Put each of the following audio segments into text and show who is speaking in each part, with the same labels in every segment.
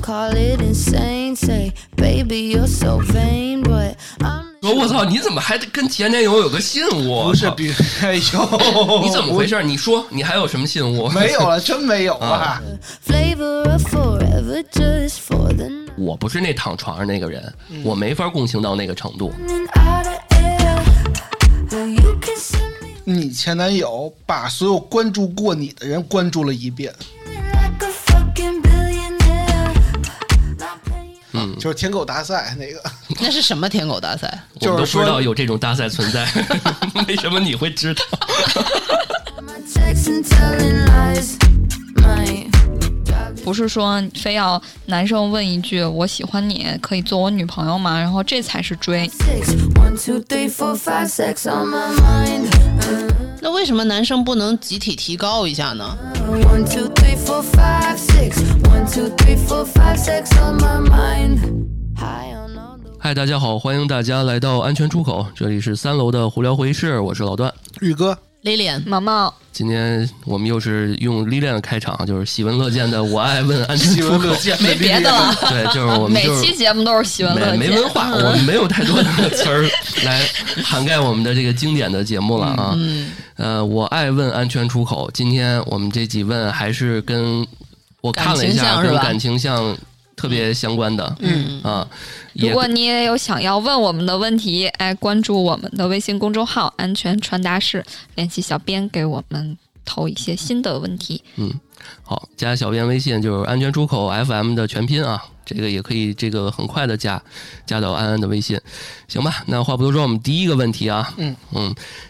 Speaker 1: call it insane. Say, baby, you're so vain, but I'm.
Speaker 2: 说我操，你怎么还跟前男友有个信物？
Speaker 3: 不是比，哎 呦，
Speaker 2: 你怎么回事？你说你还有什么信物？
Speaker 3: 没有了，真没有啊！
Speaker 1: Flavor of forever just for the night.
Speaker 2: 我不是那躺床上那个人，
Speaker 3: 嗯
Speaker 2: 我没法共情到那个程度。
Speaker 1: And out of air. Well, you can send me
Speaker 3: 你前男友把所有关注过你的人关注了一遍，
Speaker 1: like a fucking billionaire. Not paying.
Speaker 2: 嗯
Speaker 3: 就是舔狗大赛那个，
Speaker 4: 那是什么舔狗大赛？
Speaker 2: 我们
Speaker 3: 就
Speaker 2: 都
Speaker 3: 是
Speaker 2: 不知道
Speaker 3: 说
Speaker 2: 有这种大赛存在， 为什么你会知道？
Speaker 1: My texts and telling lies. My.
Speaker 5: 不是说嗯非要男生问一句“我喜欢你，可以做我女朋友吗”，然后这才是追。
Speaker 1: Six, one, two, three, four, five, sex on my mind. Uh,
Speaker 4: 那为什么男生不能集体提高一下呢？
Speaker 1: one, two, three, four, five, six. One, two, three, four, five, sex on my mind. High on all the.
Speaker 2: 嗨，大家好，欢迎大家来到安全出口，这里是三楼的胡聊会议室，我是老段。
Speaker 3: 宇哥，
Speaker 4: l 脸，
Speaker 5: 毛毛，
Speaker 2: 今天我们又是用历练的开场，就是喜闻乐见的“我爱问安全
Speaker 3: 喜
Speaker 2: 出
Speaker 3: 闻
Speaker 2: 口
Speaker 3: 乐见，
Speaker 4: 没别的了。
Speaker 2: 对，就是我们
Speaker 5: 每
Speaker 2: 就是
Speaker 5: 期节目都是喜闻乐
Speaker 2: 没
Speaker 5: 见，
Speaker 2: 没文化，我们没有太多的词儿来涵盖我们的这个经典的节目了啊。呃，我爱问安全出口，今天我们这几问还是跟我看了一
Speaker 4: 感
Speaker 2: 下，
Speaker 4: 情项是
Speaker 2: 跟
Speaker 4: 吧
Speaker 2: 感情项特别相关的，嗯啊，
Speaker 5: 如
Speaker 2: 也
Speaker 5: 果你也有想要哎问我们的问题，哎，关注我们的微信公众号“安全传达室”，联系小编给我们投一些新的问题。
Speaker 2: 好，加小编微信就是安全出口 FM 的全拼啊，这个也可以，这个很快的加加到安安的微信，行吧？那话不多说，我们第一个问题啊，
Speaker 3: 嗯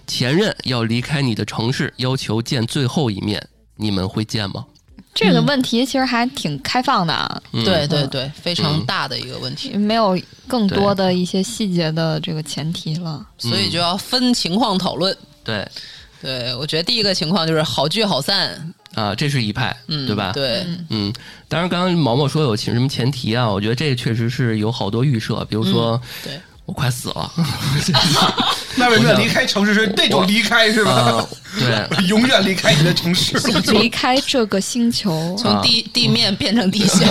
Speaker 2: 前任要离开你的城市，要求见最后一面，你们会见吗？
Speaker 5: 这个问题其实还挺开放的啊，
Speaker 2: 嗯、
Speaker 4: 对对对，非常大的一个问题，
Speaker 5: 没有更多的一些细节的这个前提了。
Speaker 2: 嗯
Speaker 4: 所以就要分情况讨论。
Speaker 2: 对
Speaker 4: 对，我觉得第一个情况就是好聚好散，
Speaker 2: 啊，这是一派，
Speaker 4: 嗯，
Speaker 2: 对吧？
Speaker 4: 对，
Speaker 2: 嗯，当然，刚刚毛毛说有前什么前提啊？我觉得这确实是有好多预设，比如说，
Speaker 4: 嗯对
Speaker 2: 我快死 了，
Speaker 3: 那为什么离开城市是那种离开是吧
Speaker 2: 啊？，对，
Speaker 3: 永远离开你的 城市，
Speaker 5: 离开这个星球，
Speaker 2: 啊
Speaker 4: 从地地面变成 地下，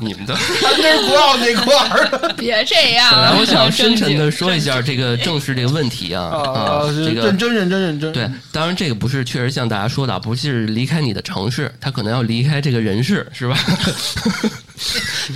Speaker 2: 你们的。
Speaker 3: 那是国奥那块儿
Speaker 5: 别这样
Speaker 2: 本来我想深沉的说一
Speaker 4: 啊
Speaker 2: 下这个正视这个问题啊啊，
Speaker 3: 是
Speaker 2: 这个
Speaker 3: 认真认真认真，
Speaker 2: 对，当然这个不是确实像大家说的啊，不是离开你的城市，他可能要离开这个人世，是吧？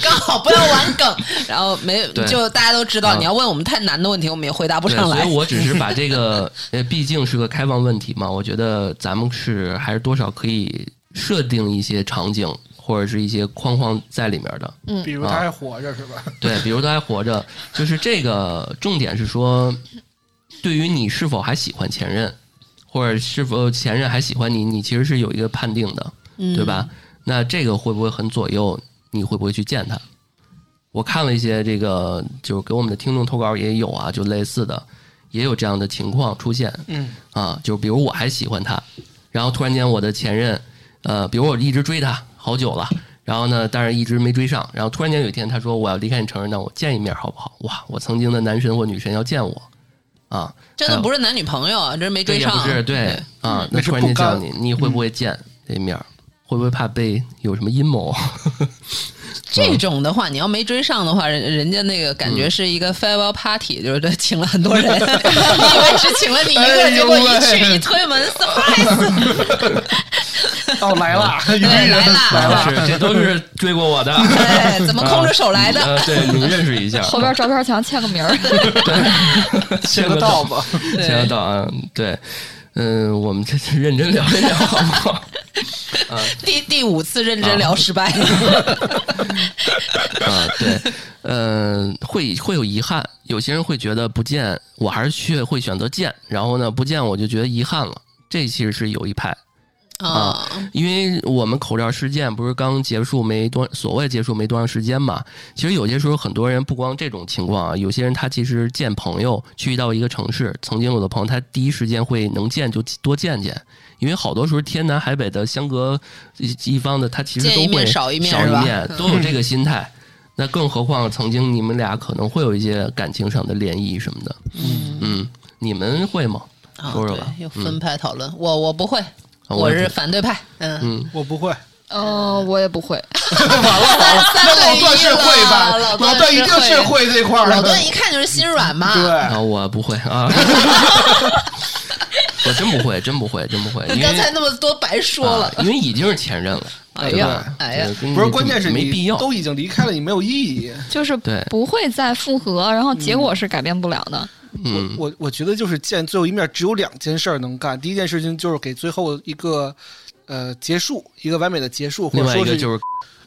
Speaker 4: 刚好不要玩梗，然后没
Speaker 2: 对
Speaker 4: 就大家都知道，
Speaker 2: 嗯
Speaker 4: 你要问我们太难的问题，我们也回 答不
Speaker 2: 对，
Speaker 4: 上
Speaker 2: 所
Speaker 4: 来
Speaker 2: 以。我只是把这个，呃，毕竟是个开放问题嘛，我觉得咱们是还是多少可以设定一些场景或者是一些框框在里面的。
Speaker 3: 比
Speaker 2: 啊
Speaker 3: 如他还活着是吧？
Speaker 2: 对，比如他还活着，就是这个重点是说，对于你是否还喜欢前任，或者是否前任还喜欢你，你其实是有一个判定的，对吧？那这个会不会很左右你会不会去见他？我看了一些这个，就是给我们的听众投稿也有啊，就类似的，也有这样的情况出现。
Speaker 3: 嗯
Speaker 2: 啊，就比如我还喜欢他，然后突然间我的前任，呃，比如我一直追他好久了，然后呢，但是一直没追上，然后突然间有一天他说我要离开你城市，那我见一面好不好？哇，我曾经的男神或女神要见我，啊，
Speaker 4: 真的不是男女朋友，啊这是没追
Speaker 2: 也不
Speaker 4: 上，嗯
Speaker 2: 是对啊，那
Speaker 3: 那是
Speaker 2: 突然
Speaker 3: 不嗯
Speaker 2: 间叫
Speaker 3: 甘
Speaker 2: 你，你会不会见这一面？会不会怕被有什么阴 谋？
Speaker 4: 这种的话，你要没追上的话，人人家那个感
Speaker 3: 嗯
Speaker 4: 觉是一个 farewell party，、就是这请了 很多人，你以为是请了你一个，
Speaker 3: 哎
Speaker 4: 结
Speaker 3: 呦
Speaker 4: 果
Speaker 3: 喂
Speaker 4: 一去一推 门，surprise，
Speaker 3: 哦来了， 有
Speaker 4: 对
Speaker 3: 人
Speaker 4: 来了
Speaker 3: 来 了，
Speaker 2: 啊是，这都是追过我的。
Speaker 4: 哎，怎么空着手来的？
Speaker 3: 嗯
Speaker 2: 呃，对，你们认识 一下，
Speaker 5: 后边照片墙签个名儿。
Speaker 2: 签
Speaker 3: 个 道吧。
Speaker 2: 想要到啊，对，嗯，我们这次认真聊一聊好不好？
Speaker 4: 第第五次认真聊失败了，
Speaker 2: 啊，对，嗯、会会有遗憾，有些人会觉得不见，我还是去会选择见，然后呢，不见我就觉得遗憾了，这其实是有一派，
Speaker 4: 啊，
Speaker 2: 因为我们口罩事件不是刚结束没多，所谓结束没多长时间嘛。其实有些时候，很多人不光这种情况啊，有些人他其实见朋友去到一个城市，曾经有的朋友他第一时间会能见就多见见，因为好多时候天南海北的相隔一一方的，他其实
Speaker 4: 见一
Speaker 2: 都会
Speaker 4: 面少一面是吧
Speaker 2: 面都有这个心态。那更何况曾经你们俩可能会有一些感情上的涟漪什么的，嗯你们会吗？
Speaker 4: 啊
Speaker 2: 说说
Speaker 4: 对
Speaker 2: 吧，
Speaker 3: 嗯
Speaker 2: 嗯
Speaker 3: 啊
Speaker 4: 又分派讨论，我我不会，
Speaker 2: 我也
Speaker 4: 是
Speaker 2: 不
Speaker 4: 反对派，嗯，
Speaker 3: 我不会，
Speaker 5: 哦，我也不会。
Speaker 3: 完 了完了，那老段是会吧？
Speaker 4: 老段
Speaker 3: 老段一定是会这块儿
Speaker 4: 老
Speaker 3: 的
Speaker 4: 段。一看就是心软嘛。
Speaker 3: 对，
Speaker 2: 啊，我不会啊， 我真不会，真不会，真不会，因
Speaker 4: 刚才
Speaker 2: 为
Speaker 4: 那么多白说了
Speaker 2: 啊，因为已经是前任了，
Speaker 4: 哎
Speaker 2: 对
Speaker 4: 呀
Speaker 2: 吧？
Speaker 4: 哎呀
Speaker 2: 这个跟
Speaker 3: 不是，
Speaker 2: 你
Speaker 3: 关键是
Speaker 2: 嗯没
Speaker 3: 你
Speaker 2: 必要，
Speaker 3: 都已经离开了，你没有意义。
Speaker 5: 就是
Speaker 2: 对
Speaker 5: 不会再复合，然后结果是改变不了的。
Speaker 2: 嗯，
Speaker 3: 我我觉得就是见最后一面，只有两件事儿能干。第一件事情就是给最后一个呃结束，一个完美的结束，或
Speaker 2: 另
Speaker 3: 者
Speaker 2: 外一
Speaker 3: 说
Speaker 2: 个
Speaker 3: 是
Speaker 2: 就是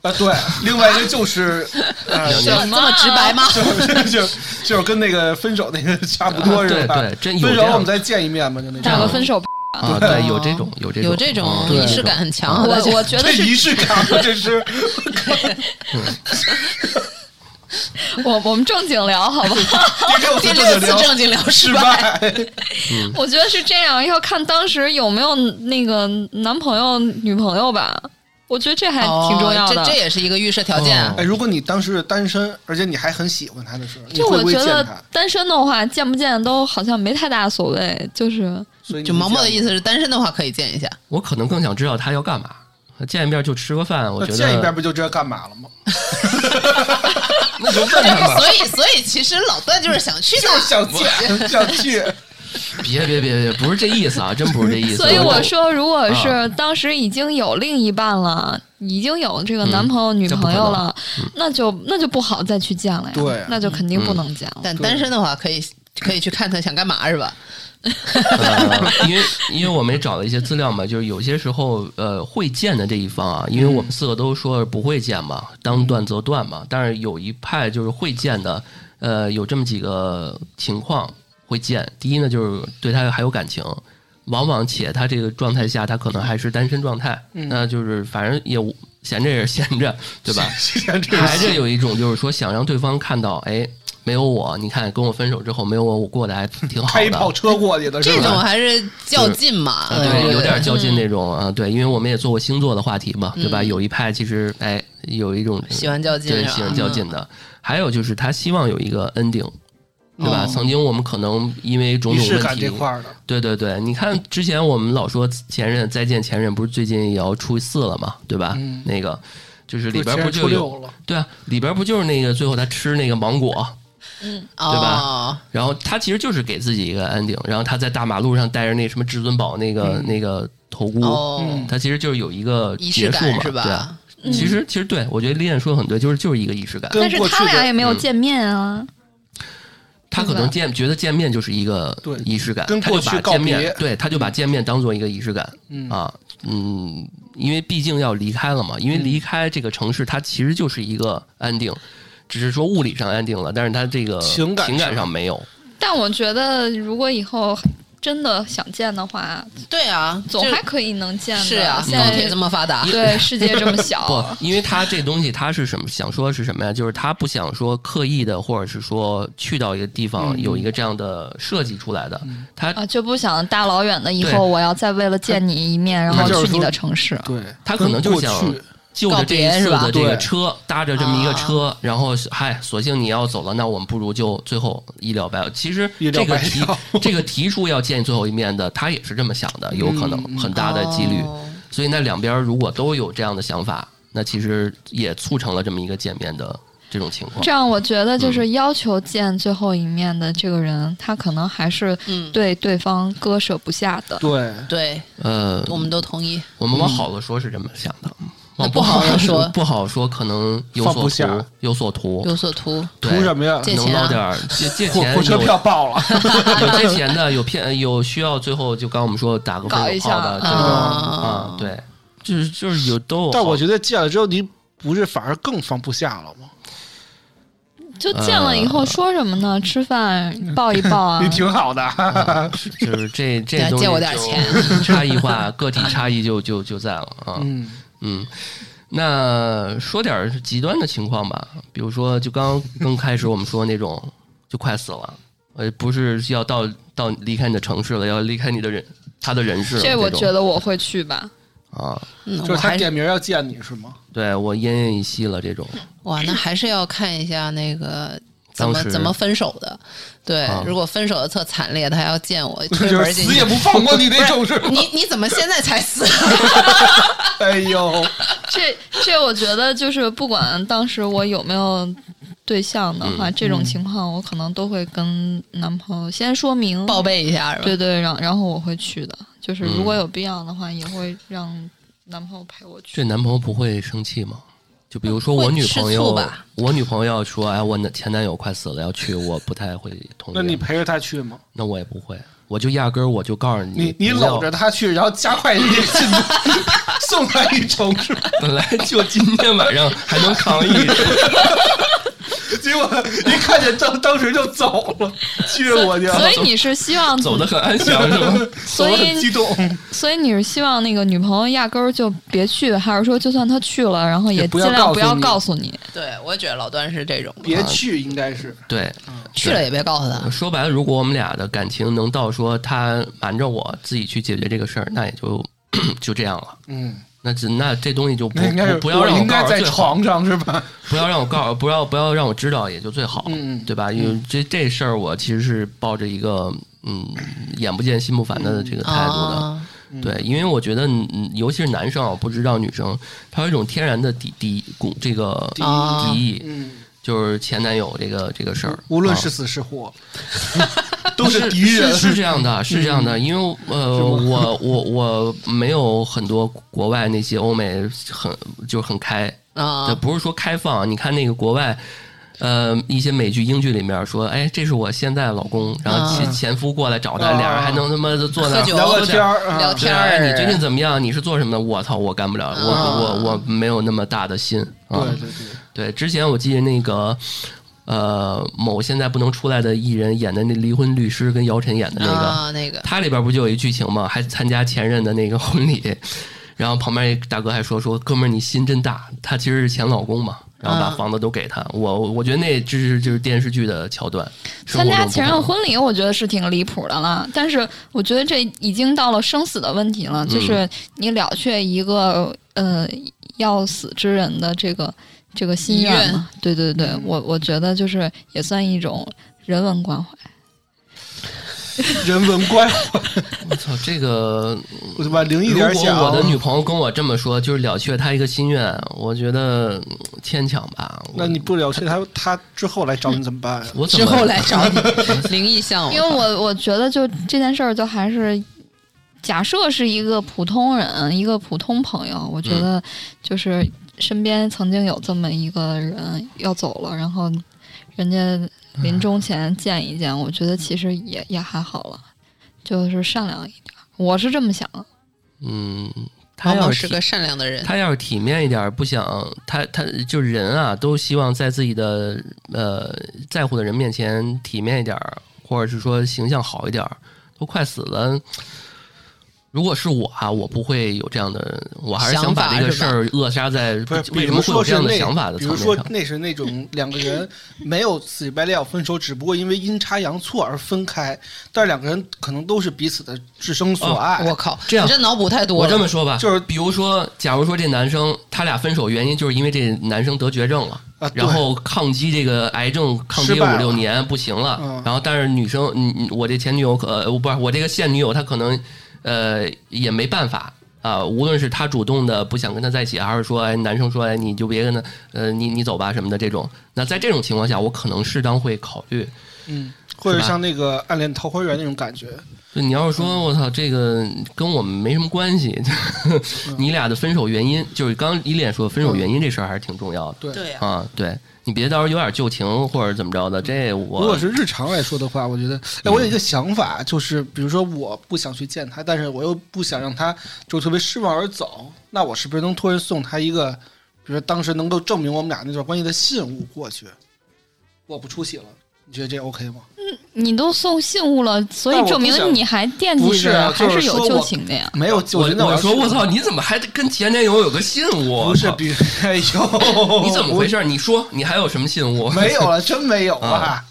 Speaker 3: 啊，对， 另外一个就是呃，
Speaker 2: 两
Speaker 4: 这
Speaker 2: 年
Speaker 4: 么这么直白吗？
Speaker 3: 就是就 就是跟那个分手那个差不多是吧？
Speaker 2: 啊对对真有
Speaker 3: 分手
Speaker 2: 这样
Speaker 3: 我们再见一面嘛，就那
Speaker 5: 打
Speaker 2: 样
Speaker 5: 个
Speaker 3: 种。
Speaker 5: 分手，
Speaker 2: 啊，对，有这种，有这种，
Speaker 4: 有这种
Speaker 2: 啊
Speaker 4: 仪式感很强
Speaker 2: 啊
Speaker 5: 我
Speaker 4: 我
Speaker 5: 我觉得
Speaker 3: 这
Speaker 5: 是
Speaker 3: 仪式感，这是
Speaker 5: 我我们正经聊好吧？
Speaker 3: 第六
Speaker 4: 第
Speaker 3: 次
Speaker 4: 六
Speaker 3: 正
Speaker 4: 次
Speaker 3: 经聊
Speaker 4: 正经聊失
Speaker 3: 失
Speaker 4: 败，
Speaker 3: 败。
Speaker 5: 我觉得是这样，要看当时有没有那个男朋友、女朋友吧。我觉得这还哦挺重要的。
Speaker 4: 哦这这也是一个预设条件
Speaker 2: 哦
Speaker 4: 啊。
Speaker 3: 哎，如果你当时是单身，而且你还很喜欢他的时候，你
Speaker 5: 就
Speaker 3: 会
Speaker 5: 我
Speaker 3: 不会
Speaker 5: 觉
Speaker 3: 见
Speaker 5: 得
Speaker 3: 他？
Speaker 5: 单身的话，见不见都好像没太大所谓，就是
Speaker 3: 所以你
Speaker 4: 就毛毛的意
Speaker 3: 思，
Speaker 4: 思是，单身的话可以见一 下，
Speaker 2: 我可能更想知道他要干嘛。见一面就吃个饭，我
Speaker 3: 那
Speaker 2: 觉得
Speaker 3: 见一面不就知道干嘛了吗？
Speaker 2: 那就问他吧。
Speaker 4: 所以所以其实老段就是想去
Speaker 3: 就是
Speaker 4: 的，
Speaker 3: 想见， 想去。
Speaker 2: 别别别别，不是这意思啊，真不是这意思。
Speaker 5: 所以我
Speaker 2: 我
Speaker 5: 说，如果是当时已经有另一半了，已经有这个男朋友、女朋友了，那就那就不好再去见了呀。
Speaker 3: 对啊
Speaker 5: 那就肯定不能见了。
Speaker 4: 但单身的话可以可以去看他想干嘛是吧？
Speaker 2: 呃，因为因为我们也找了一些资料嘛，就是有些时候呃会见的这一方啊，因为
Speaker 3: 嗯
Speaker 2: 我们四个都说不会见嘛，当断则断嘛，但是有一派就是会见的，呃，有这么几个情况会见。第一呢，就是对他还有感情，往往且他这个状态下，他可能还是单身状态，
Speaker 3: 嗯
Speaker 2: 那就是反正也无闲着也是闲着，对吧？
Speaker 3: 像这
Speaker 2: 还是有一种就是说想让对方看到，哎，没有我，你看跟我分手之后没有我，我过得还挺好
Speaker 3: 开一
Speaker 2: 的。
Speaker 3: 跑车过去的是
Speaker 4: 这种
Speaker 3: 吧？
Speaker 4: 还是较劲嘛，
Speaker 2: 啊，对，有点较劲那种啊，对，因为我们也做过星座的话题嘛，对吧？有一派其实哎，有一种
Speaker 4: 喜欢较劲啊
Speaker 2: 对
Speaker 4: 是吧，
Speaker 2: 喜欢较劲的，还有就是他希望有一个 ending，对吧？
Speaker 3: 哦
Speaker 2: 曾经我们可能因为种
Speaker 3: 仪
Speaker 2: 种
Speaker 3: 式
Speaker 2: 问
Speaker 3: 感
Speaker 2: 题
Speaker 3: 这，块儿的，
Speaker 2: 对对对，你看之前我们老说前任再见前任，不是最近也要初四了嘛，对吧？
Speaker 3: 嗯
Speaker 2: 那个就是里边不
Speaker 3: 初
Speaker 2: 就有
Speaker 3: 六了？
Speaker 2: 对啊，里边不就是那个最后他吃那个芒果，
Speaker 4: 哦，
Speaker 2: 对吧然后他其实就是给自己一个 ending，然后他在大马路上戴着那什么至尊宝那个、那个头箍，
Speaker 3: 嗯
Speaker 4: 哦，
Speaker 2: 他其实就是有一个
Speaker 4: 仪式
Speaker 2: 嗯结束
Speaker 4: 感
Speaker 2: 嘛，
Speaker 4: 是吧嗯
Speaker 2: 对啊。其实其实对我觉得丽艳说的很对，就是就是一个仪式感。
Speaker 3: 跟
Speaker 5: 但是
Speaker 3: 过去
Speaker 5: 他俩也
Speaker 3: 的
Speaker 5: 没有见面啊，
Speaker 2: 他可能见觉得见面就是一个
Speaker 3: 对
Speaker 2: 仪式感，
Speaker 3: 跟
Speaker 2: 他就
Speaker 3: 过去
Speaker 2: 把
Speaker 3: 告
Speaker 2: 见面
Speaker 3: 别
Speaker 2: 对他就把见面当做一个仪式感、
Speaker 3: 嗯
Speaker 2: 啊，嗯，因为毕竟要离开了嘛，因为离开这个城市，它其实就是一个 ending，只是说物理上 ending 了，但是他这个
Speaker 3: 情感上
Speaker 2: 情感上没有。
Speaker 5: 但我觉得如果以后真的想见的话，
Speaker 4: 对啊，
Speaker 5: 总
Speaker 4: 就
Speaker 5: 还可以能见的。
Speaker 4: 是啊，
Speaker 5: 现
Speaker 4: 高铁
Speaker 5: 在
Speaker 4: 这么发达，
Speaker 5: 对世界这么
Speaker 3: 啊
Speaker 2: 不
Speaker 5: 小，，
Speaker 2: 因为他这东西他是什么想说的是什么呀？就是他不想说刻意的，或者是说去到一个地方
Speaker 3: 嗯
Speaker 2: 有一个这样的设计出来的。他
Speaker 5: 啊，就不想大老远的以
Speaker 2: 对
Speaker 5: 后我要再为了见你一面，然后
Speaker 3: 就是
Speaker 5: 去你
Speaker 3: 说
Speaker 5: 的城市。
Speaker 3: 对，
Speaker 2: 他可能就
Speaker 3: 跟
Speaker 2: 想
Speaker 3: 过去
Speaker 2: 就着这一
Speaker 4: 告别
Speaker 2: 次
Speaker 4: 是吧啊
Speaker 2: 的这个
Speaker 3: 对
Speaker 2: 车，搭着这么一个车，然后嗨，索性你要走了，那我们不如就最后一了百了。其实
Speaker 3: 一了
Speaker 2: 这个
Speaker 3: 百
Speaker 2: 提
Speaker 3: 了
Speaker 2: 这个提出要见最后一面的，他也是这么想的，有可能
Speaker 3: 嗯
Speaker 2: 很大的几率。
Speaker 4: 哦
Speaker 2: 所以那两边如果都有这样的想法，那其实也促成了这么一个见面的这种情况
Speaker 5: 这。样我觉得就是要求见最后一面的这个人，他可能还是
Speaker 4: 嗯，
Speaker 5: 对对方割舍不下的。
Speaker 3: 对，
Speaker 4: 对，
Speaker 2: 呃，
Speaker 4: 我们都同意。
Speaker 2: 我们往好了说是这么想的，往
Speaker 4: 不好了说
Speaker 2: 不好说，可能有
Speaker 3: 放
Speaker 2: 所
Speaker 3: 不下
Speaker 2: 图，有所图，
Speaker 4: 有所图，
Speaker 2: 对
Speaker 3: 图什么呀？
Speaker 4: 借
Speaker 2: 能
Speaker 4: 钱啊
Speaker 2: 捞点儿借借
Speaker 3: 火
Speaker 2: 钱，
Speaker 3: 火车
Speaker 2: 有
Speaker 3: 票 爆了，
Speaker 2: 有借钱的，有骗有需要，最后就刚我们说打个
Speaker 5: 搞
Speaker 2: 分
Speaker 5: 一
Speaker 2: 手炮的
Speaker 5: 下嗯
Speaker 2: 这种啊
Speaker 4: 啊，
Speaker 2: 对，就是就是有都有好，
Speaker 3: 但我觉得见了之后，你不是反而更放不下了吗？
Speaker 5: 就见了以后说什么呢？吃饭抱一抱啊
Speaker 3: 你，挺好的，
Speaker 2: 就是这这
Speaker 4: 借
Speaker 2: 东西
Speaker 4: 我点
Speaker 2: 就
Speaker 4: 钱
Speaker 2: 差异化，个体差异就就就在了啊，
Speaker 3: 嗯，
Speaker 2: 嗯，那说点儿极端的情况吧，比如说，就刚刚开始我们说那种，就快死了，呃，不是要到到离开你的城市了，要离开你的人他的人世了，
Speaker 5: 这我
Speaker 2: 种
Speaker 5: 觉得我会去吧。
Speaker 2: 啊，
Speaker 4: 嗯，
Speaker 3: 就是
Speaker 4: 我还
Speaker 3: 他
Speaker 4: 是
Speaker 3: 点名要见你是吗？
Speaker 2: 对我奄奄一息了这种，
Speaker 4: 哇，那还是要看一下那个怎
Speaker 2: 当
Speaker 4: 么
Speaker 2: 时
Speaker 4: 怎么分手的。对
Speaker 2: 啊，
Speaker 4: 如果分手的特惨烈，他还要 见我，
Speaker 3: 就
Speaker 4: 推
Speaker 3: 是
Speaker 4: 门进
Speaker 3: 死也
Speaker 4: 去。
Speaker 3: 不放过你那种是吗？
Speaker 4: 啊你你怎么现在才死？
Speaker 3: 哎呦，
Speaker 5: 这这，我觉得就是不管当时我有没有对象的话，这种情况我可能都会跟男朋友先说 明，
Speaker 4: 报备一下是吧？
Speaker 5: 对对，然然后我会去的，就是如果有必要的话，也会让男朋友陪我去。
Speaker 2: 这男朋友不会生气吗？就比如说我
Speaker 4: 会
Speaker 2: 女
Speaker 4: 吃
Speaker 2: 朋
Speaker 4: 醋
Speaker 2: 友
Speaker 4: 吧，
Speaker 2: 我女朋友说：“哎，我那前男友快死了，要去，我不太会同意。”
Speaker 3: 那你陪着他去吗？
Speaker 2: 那我也不会，我就压根儿我就告诉
Speaker 3: 你你
Speaker 2: 不要
Speaker 3: 搂着他去，然后加快你的进度， 送他一程是吧？
Speaker 2: 本来 就今天晚上还能抗 议，
Speaker 3: 结果一看见当当时就走了，去我去了，
Speaker 5: 所以你是希望，
Speaker 2: 走得很安详是吗？
Speaker 5: 所
Speaker 3: 我很
Speaker 5: 以
Speaker 3: 激动，
Speaker 5: 所以你是希望那个女朋友压根儿就别去，还是说就算她去了，然后
Speaker 3: 也不
Speaker 5: 尽
Speaker 3: 要
Speaker 5: 量不
Speaker 3: 告诉
Speaker 5: 要
Speaker 3: 你
Speaker 5: 告诉你？
Speaker 4: 对，我也觉得老段是这种，啊
Speaker 3: 别去应该是
Speaker 2: 对，
Speaker 4: 去了也别告诉他。
Speaker 2: 说白了，如果我们俩的感情能到说他瞒着我自己去解决这个事儿，那也就 就这样了。
Speaker 3: 嗯，
Speaker 2: 那只那这东西就不
Speaker 3: 那应该是
Speaker 2: 不不要
Speaker 3: 我
Speaker 2: 让我
Speaker 3: 应
Speaker 2: 告
Speaker 3: 该
Speaker 2: 诉
Speaker 3: 在
Speaker 2: 最好，
Speaker 3: 床上是吧？
Speaker 2: 不要让我告诉，呃不要不要让我知道也就最好，
Speaker 3: 嗯嗯
Speaker 2: 对吧？因为这这事儿我其实是抱着一个嗯眼不见心不烦的这个态度的。
Speaker 4: 啊，
Speaker 2: 对，因为我觉得，嗯尤其是男生啊，我不知道女生，他有一种天然的敌敌共这个敌
Speaker 4: 啊
Speaker 2: 意，
Speaker 3: 嗯，
Speaker 2: 就是前男友这个这个事儿，
Speaker 3: 无论是
Speaker 2: 啊
Speaker 3: 死是 活，都是敌
Speaker 2: 是
Speaker 3: 人，
Speaker 2: 是这样的，是这样的，因为呃，
Speaker 3: 嗯是吗
Speaker 2: 我我我没有很多国外那些欧美很就是很开，这
Speaker 4: 啊，
Speaker 2: 不是说开放，你看那个国外。呃，一些美剧、英剧里面说，哎，这是我现在的老公，然后前前夫过来找他，
Speaker 3: 啊
Speaker 2: 俩人还能他妈的坐那儿
Speaker 4: 嗯喝酒
Speaker 3: 聊个天儿，啊
Speaker 4: 聊
Speaker 2: 对
Speaker 4: 天
Speaker 2: 啊，
Speaker 4: 儿，
Speaker 2: 哎你最近怎么样？你是做什么的？我操，我干不了，我
Speaker 4: 嗯
Speaker 2: 我我没有那么大的心啊。
Speaker 3: 对对对，
Speaker 2: 对之前我记得那个呃，某现在不能出来的艺人演的那《离婚律师》，跟姚晨演的那个，
Speaker 4: 啊那个
Speaker 2: 他里边不就有一剧情吗？还参加前任的那个婚礼， 然后旁边一大哥还说说哥们儿你心真大，他其实是前老公嘛。然后把
Speaker 4: 嗯
Speaker 2: 房子都给他，我我觉得那就是就是电视剧的桥段。生
Speaker 5: 参
Speaker 2: 活
Speaker 5: 加
Speaker 2: 中不
Speaker 5: 前
Speaker 2: 可
Speaker 5: 任
Speaker 2: 能
Speaker 5: 婚礼，我觉得是挺离谱的了。但是我觉得这已经到了生死的问题
Speaker 3: 嗯
Speaker 5: 了，就是你了却一个呃要死之人的这个这个心
Speaker 4: 遗
Speaker 5: 愿
Speaker 4: 愿
Speaker 5: 嘛。对对对，
Speaker 3: 嗯
Speaker 5: 我我觉得就是也算一种人文关怀。
Speaker 3: 人文关怀，
Speaker 2: 我操，这个
Speaker 3: 我就把灵异
Speaker 2: 如
Speaker 3: 点儿
Speaker 2: 果
Speaker 3: 想，啊
Speaker 2: 我的女朋友跟我这么说，就是了却她一个心愿，我觉得嗯牵强吧。我
Speaker 3: 那你不了解他，他之后来找你怎么办啊呀？
Speaker 2: 我怎
Speaker 4: 之
Speaker 2: 么
Speaker 4: 后来找你， 灵异项
Speaker 3: 哦
Speaker 4: 目
Speaker 5: 因为我我觉得就这件事儿，就还是假设是一个普通人，一个普通朋友，我觉
Speaker 3: 嗯
Speaker 5: 得就是身边曾经有这么一个人要走了，然后人家
Speaker 3: 嗯
Speaker 5: 临终前见一见，我觉得其实也也还好了，就是善良一点。我是这么想的，
Speaker 2: 嗯，她
Speaker 4: 王
Speaker 2: 要
Speaker 4: 某
Speaker 2: 是
Speaker 4: 是
Speaker 2: 体
Speaker 4: 个善良的人，
Speaker 2: 她要是体面一点，不想她她就是人啊，都希望在自己的呃在乎的人面前体面一点，或者是说形象好一点。都快死了，如果是我啊，我不会有这样的，我还是
Speaker 4: 想
Speaker 2: 想把
Speaker 4: 法
Speaker 2: 这个
Speaker 4: 是
Speaker 2: 事
Speaker 4: 吧
Speaker 2: 儿扼杀在
Speaker 3: 不是，
Speaker 2: 为
Speaker 3: 比
Speaker 2: 什
Speaker 3: 如
Speaker 2: 么会有这
Speaker 3: 说是
Speaker 2: 样的
Speaker 3: 那，
Speaker 2: 想法的
Speaker 3: 比
Speaker 2: 层
Speaker 3: 如
Speaker 2: 面
Speaker 3: 说
Speaker 2: 上。
Speaker 3: 那是那种两个人没有死乞白赖要分手，只不过因为阴差阳错而分开，但是两个人可能都是彼此的至生
Speaker 2: 哦
Speaker 3: 所爱。
Speaker 4: 我靠，
Speaker 2: 这样
Speaker 4: 你这脑补太多
Speaker 2: 我
Speaker 4: 了。
Speaker 2: 这么说吧，
Speaker 3: 就是
Speaker 2: 比如说，假如说这男生他俩分手原因就是因为这男生得绝症了，
Speaker 3: 啊对
Speaker 2: 然后抗击这个癌症抗击
Speaker 3: 失败
Speaker 2: 五
Speaker 3: 了
Speaker 2: 六年不行了，
Speaker 3: 嗯
Speaker 2: 然后但是女生，嗯，嗯我这前女友可呃不是我这个现女友，她可能呃也没办法。啊，无论是她主动的不想跟他在一起，还是说，哎，男生说，哎，你就别跟他，呃，你你走吧什么的这种，那在这种情况下，我可能适当会考虑，
Speaker 3: 嗯，或者
Speaker 2: 是吧
Speaker 3: 像那个《暗恋桃花源》那种感觉，
Speaker 2: 就你要是
Speaker 3: 嗯
Speaker 2: 说我操，这个跟我们没什么关系， 你俩的分手原因，就是刚刚李脸说分手原因这事儿还是挺重要的、
Speaker 3: 对。
Speaker 4: 对呀、
Speaker 2: 啊。对你别到时候有点旧情或者怎么着的，这
Speaker 3: 如果
Speaker 2: 我
Speaker 3: 是日常来说的话，我觉得，哎，我有一个想法，就是比如说我不想去见他，但是我又不想让他就特别失望而走，那我是不是能托人送他一个，比如说当时能够证明我们俩那段关系的信物过去？我不出席了，你觉得这 OK 吗？
Speaker 5: 你都送信物了，所
Speaker 3: 但
Speaker 5: 以
Speaker 3: 我
Speaker 5: 证
Speaker 3: 不想
Speaker 5: 明你还惦记
Speaker 3: 不是
Speaker 5: 着，
Speaker 3: 啊
Speaker 5: 还
Speaker 3: 就是
Speaker 5: 有
Speaker 3: 说
Speaker 5: 旧
Speaker 3: 我
Speaker 5: 情 的呀。
Speaker 3: 没有，就
Speaker 2: 我
Speaker 3: 真的
Speaker 2: 我
Speaker 3: 要
Speaker 2: 说
Speaker 3: 去
Speaker 2: 我操，你怎么还跟前男友有个信 物？
Speaker 3: 不是
Speaker 2: 我操
Speaker 3: 比哎呦，
Speaker 2: 你怎么回事？你说你还有什么信物？
Speaker 3: 我？没有了，真没有啊！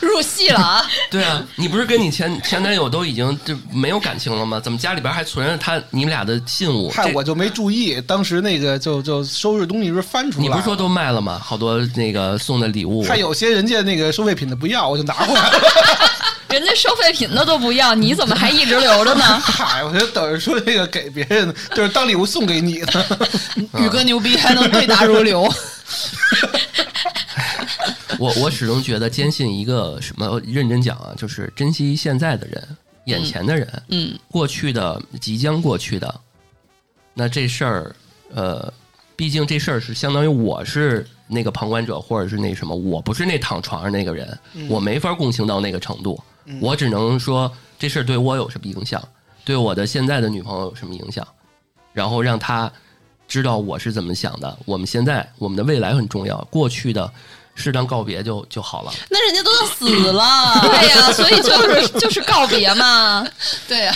Speaker 4: 入戏了啊！
Speaker 2: 对啊，你不是跟你前前男友都已经就没有感情了吗？怎么家里边还存着他你们俩的信物？
Speaker 3: 嗨，
Speaker 2: 这
Speaker 3: 我就没注意，当时那个就就收拾东西时候翻出来，
Speaker 2: 你不是说都卖了吗？好多那个送的礼物，
Speaker 3: 还有些人家那个收废品的不要，我就拿回来了。
Speaker 5: 人家收废品的都不要，你怎么还一直留着
Speaker 4: 啊
Speaker 5: 呢？
Speaker 3: 嗨，我觉得等于说那个给别人，就是当礼物送给你的。
Speaker 4: 宇哥牛逼，还能对答 如流。
Speaker 2: 我我始终觉得坚信一个什么，认真讲啊，就是珍惜现在的人，眼前的人，
Speaker 4: 嗯，
Speaker 2: 过去的、即将过去的，那这事儿，呃，毕竟这事儿是相当于我是那个旁观者，或者是那什么，我不是那躺床上那个人，
Speaker 4: 嗯
Speaker 2: 我没法共情到那个程度，我只能说这事儿对我有什么影响，对我的现在的女朋友有什么影响，然后让她知道我是怎么想的。我们现在，我们的未来很重要，过去的适当告别就就好了。
Speaker 4: 那人家都要死了，
Speaker 5: 啊对呀、所以 就是就是告别嘛，
Speaker 4: 对呀、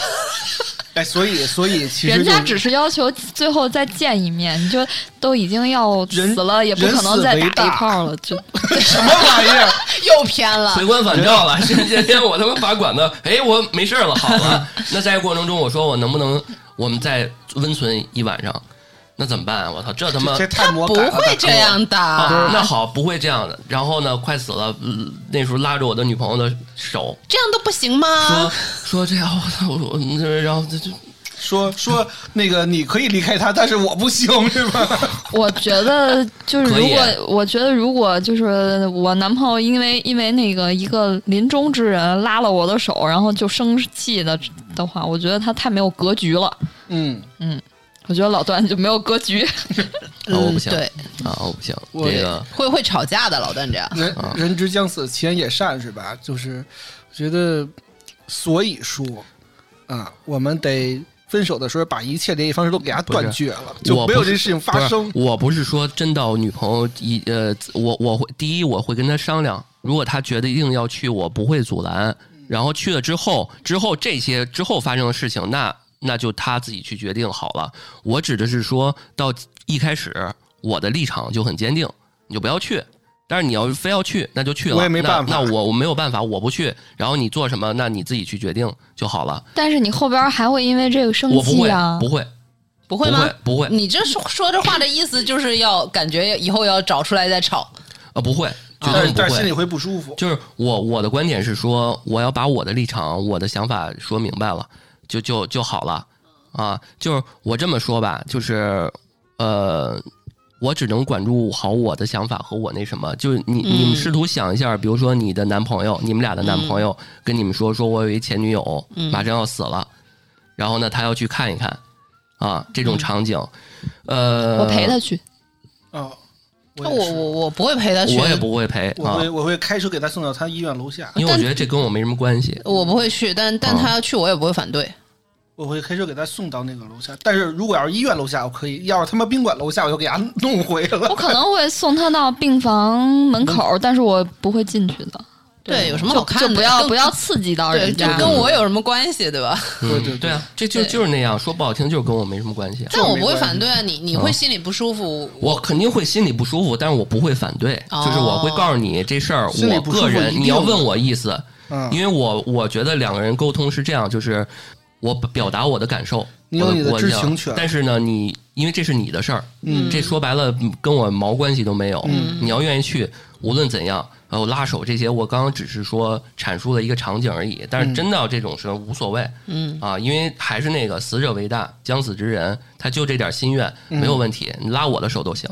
Speaker 3: 哎，所以所以其实
Speaker 5: 人
Speaker 3: 就
Speaker 5: 家只是要求最后再见一面，你就都已经要
Speaker 3: 人
Speaker 5: 死了，也不
Speaker 3: 人
Speaker 5: 可能
Speaker 3: 死
Speaker 5: 再
Speaker 3: 为
Speaker 5: 打一
Speaker 3: 大
Speaker 5: 炮了，就
Speaker 3: 什么玩 意儿？
Speaker 4: 又偏了
Speaker 2: 回。光返照了， 是今天我他妈把管子，哎，我没事儿了，好了。那在这过程中，我说我能不能我们再温存一晚上？那怎么办、啊？我操，这他妈
Speaker 3: 这太魔
Speaker 4: 不
Speaker 3: 改了
Speaker 4: 会这。样的，
Speaker 2: 啊！那好，不会这样的。然后呢，快死了，嗯那时候拉着我的女朋友的手
Speaker 4: 这样都不
Speaker 3: 啊
Speaker 4: 行
Speaker 2: 说、啊
Speaker 4: 吗？
Speaker 2: 说这样，我操，我我嗯然后这就
Speaker 3: 说说那个你可以离开他，但是我不行，是吧？
Speaker 5: 我觉得就是
Speaker 2: 可
Speaker 5: 如
Speaker 2: 以
Speaker 5: 果我觉得如果就是我男朋友因为因为那个一个临终之人拉了我的手，然后就生气的的话，我觉得他太没有格局了。
Speaker 3: 嗯，
Speaker 5: 我觉得老段就没有格局，
Speaker 2: 啊，我不行，
Speaker 4: 嗯对，
Speaker 2: 啊，我不行，
Speaker 3: 嗯我
Speaker 2: 这个
Speaker 4: 会会吵架的，老段这样。
Speaker 3: 人
Speaker 2: 啊
Speaker 3: 人之将死，其言也善，是吧？就是我觉得，所以说啊，我们得分手的时候把一切联系方式都给他
Speaker 2: 不是
Speaker 3: 断绝了，
Speaker 2: 我
Speaker 3: 就
Speaker 2: 不
Speaker 3: 没有
Speaker 2: 是
Speaker 3: 这事情发生
Speaker 2: 不。是我不是说真到女朋友一呃，我我会第一我会跟她商量，如果她觉得一定要去，我不会阻拦。然后去了之后，之后这些之后发生的事情，那那就她自己去决定好了。我指的是说到一开始，我的立场就很坚定，你就不要去。但是你要非要去，那就去了。
Speaker 3: 我也没办法
Speaker 2: 那那我我没有办法，我不去。然后你做什么，那你自己去决定就好了。
Speaker 5: 但是你后边还会因为这个生
Speaker 2: 我不
Speaker 5: 气
Speaker 2: 会
Speaker 5: 啊，。
Speaker 2: 不会，
Speaker 4: 不
Speaker 2: 不
Speaker 4: 会吗？
Speaker 2: 不会，
Speaker 4: 你这说说这话的意思就是要感觉以后要找出来再吵，
Speaker 2: 啊，不会，绝
Speaker 3: 但
Speaker 2: 对
Speaker 3: 是
Speaker 2: 不
Speaker 3: 但是
Speaker 2: 会
Speaker 3: 心里。会不舒服。
Speaker 2: 就是我我的观点是说，我要把我的立场、我的想法说明白了，就就就好了啊。就是我这么说吧，就是呃，我只能管住好我的想法和我那什么。就是你你们试图想一下，比如说你的男朋友，你们俩的男朋友跟你们说，说我有一前女友马上要死了，然后呢，他要去看一看啊，这种场景，呃，
Speaker 5: 我陪他去，
Speaker 3: 啊，
Speaker 4: 我
Speaker 3: 也是
Speaker 4: 我我不会陪他去，
Speaker 2: 我也不会陪
Speaker 3: 我
Speaker 2: 啊，
Speaker 3: 会我会开车给他送到他医院楼下，
Speaker 2: 因为我觉得这跟我没什么关系。
Speaker 4: 我不会去，
Speaker 2: 啊
Speaker 4: 但但他要去我也不会反对。
Speaker 3: 我会开车给他送到那个楼下。但是如果要是医院楼下，我可以；要是他妈宾馆楼下，我就给他弄回
Speaker 5: 我
Speaker 3: 了。
Speaker 5: 可能会送他到病房门口，但是我不会进去的。
Speaker 4: 对，有什么好看的？
Speaker 5: 就不要
Speaker 4: 跟
Speaker 5: 不要刺激到
Speaker 4: 对，
Speaker 5: 人
Speaker 4: 就
Speaker 5: 家。
Speaker 4: 跟我有什么关系，对吧？
Speaker 2: 嗯
Speaker 3: 对对对
Speaker 2: 对啊，这就
Speaker 4: 对
Speaker 2: 就是那样，说不好听就是跟我没什么关系。
Speaker 4: 但我不会
Speaker 3: 没关系
Speaker 4: 反对啊，你你会心里不舒服。
Speaker 2: 我肯定会心里不舒服，但是我不会反对，
Speaker 4: 哦
Speaker 2: 就是我会告诉你这事儿，
Speaker 3: 心里
Speaker 2: 我
Speaker 3: 不舒服
Speaker 2: 个人
Speaker 3: 一定
Speaker 2: 你要问我意思，
Speaker 3: 嗯
Speaker 2: 因，为我我觉得两个人沟通是这样，就是我表达我的感受，
Speaker 3: 你有
Speaker 2: 我
Speaker 3: 你的
Speaker 2: 我
Speaker 3: 知
Speaker 2: 想
Speaker 3: 情权
Speaker 2: 但是呢，你因为这是你的事儿，
Speaker 3: 嗯
Speaker 2: 这说白了嗯跟我毛关系都没有。你要愿意去，无论怎样，呃，我拉手这些，我刚刚只是说阐述了一个场景而已，但是
Speaker 3: 嗯
Speaker 2: 真到这种时候无所谓，
Speaker 4: 嗯
Speaker 2: 啊，因为还是那个死者为大，将死之人，他就这点心愿
Speaker 3: 嗯
Speaker 2: 没有问题，你拉我的手都行。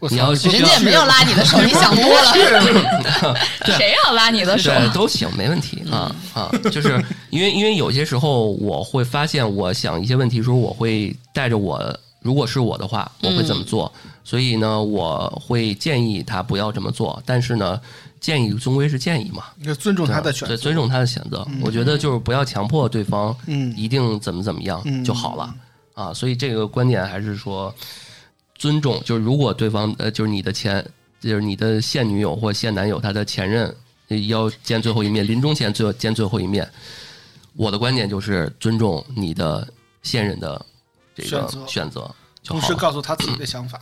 Speaker 3: 我
Speaker 2: 你要
Speaker 3: 操
Speaker 4: 人家也没有拉你 的手，你想多了。
Speaker 5: 谁要拉你的手？
Speaker 2: 对，都行，没问题啊啊！就是因为因为有些时候我会发现，我想一些问题的时候，我会带着我，如果是我的话，我会怎么做？所以呢，我会建议他不要这么做，但是呢，建议终归是建议嘛，
Speaker 3: 你要尊重他的
Speaker 2: 对
Speaker 3: 选
Speaker 2: 对
Speaker 3: 择。
Speaker 2: 尊重他的选择。我觉得就是不要强迫对方，
Speaker 3: 嗯
Speaker 2: 一定怎么怎么样
Speaker 3: 嗯
Speaker 2: 就好了啊。所以这个观点还是说尊重，就是如果对方呃，就是你的前，就是你的现女友或现男友，他的前任呃要见最后一面，临终前最后见最后一面，我的观点就是尊重你的现任的这个
Speaker 3: 选择
Speaker 2: 选择就
Speaker 3: 同
Speaker 2: 好
Speaker 3: 时
Speaker 2: 了。
Speaker 3: 告诉他自己的想法。